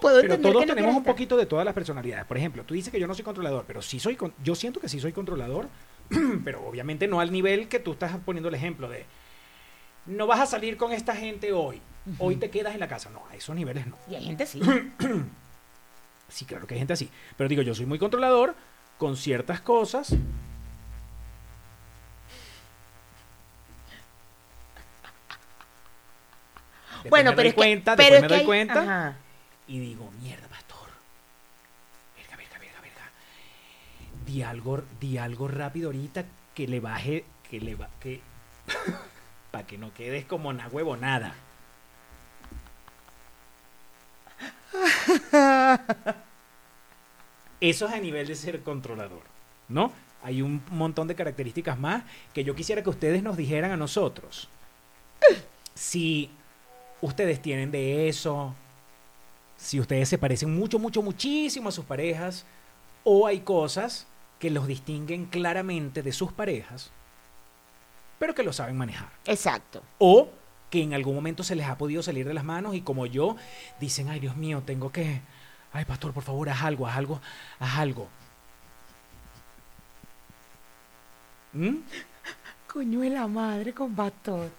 B: puedo
A: Pero
B: entender
A: todos
B: que no
A: tenemos
B: quieras
A: un
B: estar".
A: poquito de todas las personalidades. Por ejemplo, tú dices que yo no soy controlador, pero sí soy con- yo siento que sí soy controlador, pero obviamente no al nivel que tú estás poniendo el ejemplo de no vas a salir con esta gente hoy. Hoy te quedas en la casa. No, a esos niveles no.
B: Y hay gente sí.
A: Sí, claro que hay gente así. Pero digo, yo soy muy controlador con ciertas cosas. Después
B: bueno,
A: me
B: pero
A: doy
B: es que-
A: cuenta,
B: pero
A: después
B: es
A: me
B: que
A: doy
B: hay-
A: cuenta
B: ajá.
A: y digo, mierda, pastor. Verga, verga, verga, verga. Di algo, di algo rápido ahorita que le baje, que le va, que para que no quedes como una huevonada. Eso es a nivel de ser controlador, ¿no? Hay un montón de características más que yo quisiera que ustedes nos dijeran a nosotros. Si ustedes tienen de eso, si ustedes se parecen mucho, mucho, muchísimo a sus parejas, o hay cosas que los distinguen claramente de sus parejas, pero que lo saben manejar.
B: Exacto.
A: O que en algún momento se les ha podido salir de las manos y como yo, dicen, ay Dios mío, tengo que... Ay, pastor, por favor, haz algo, haz algo, haz algo. ¿Mm?
B: Coño de la madre con pastor.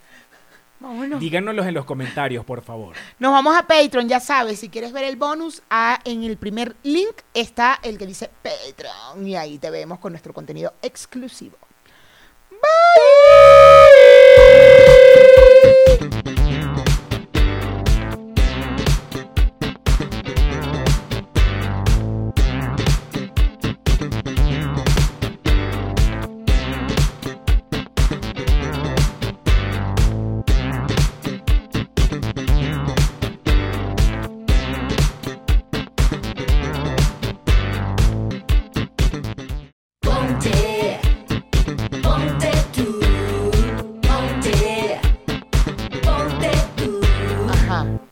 B: Vámonos.
A: Díganoslos en los comentarios, por favor.
B: Nos vamos a Patreon, ya sabes, si quieres ver el bonus, ah, en el primer link está el que dice Patreon y ahí te vemos con nuestro contenido exclusivo. Bye.
C: Ponte,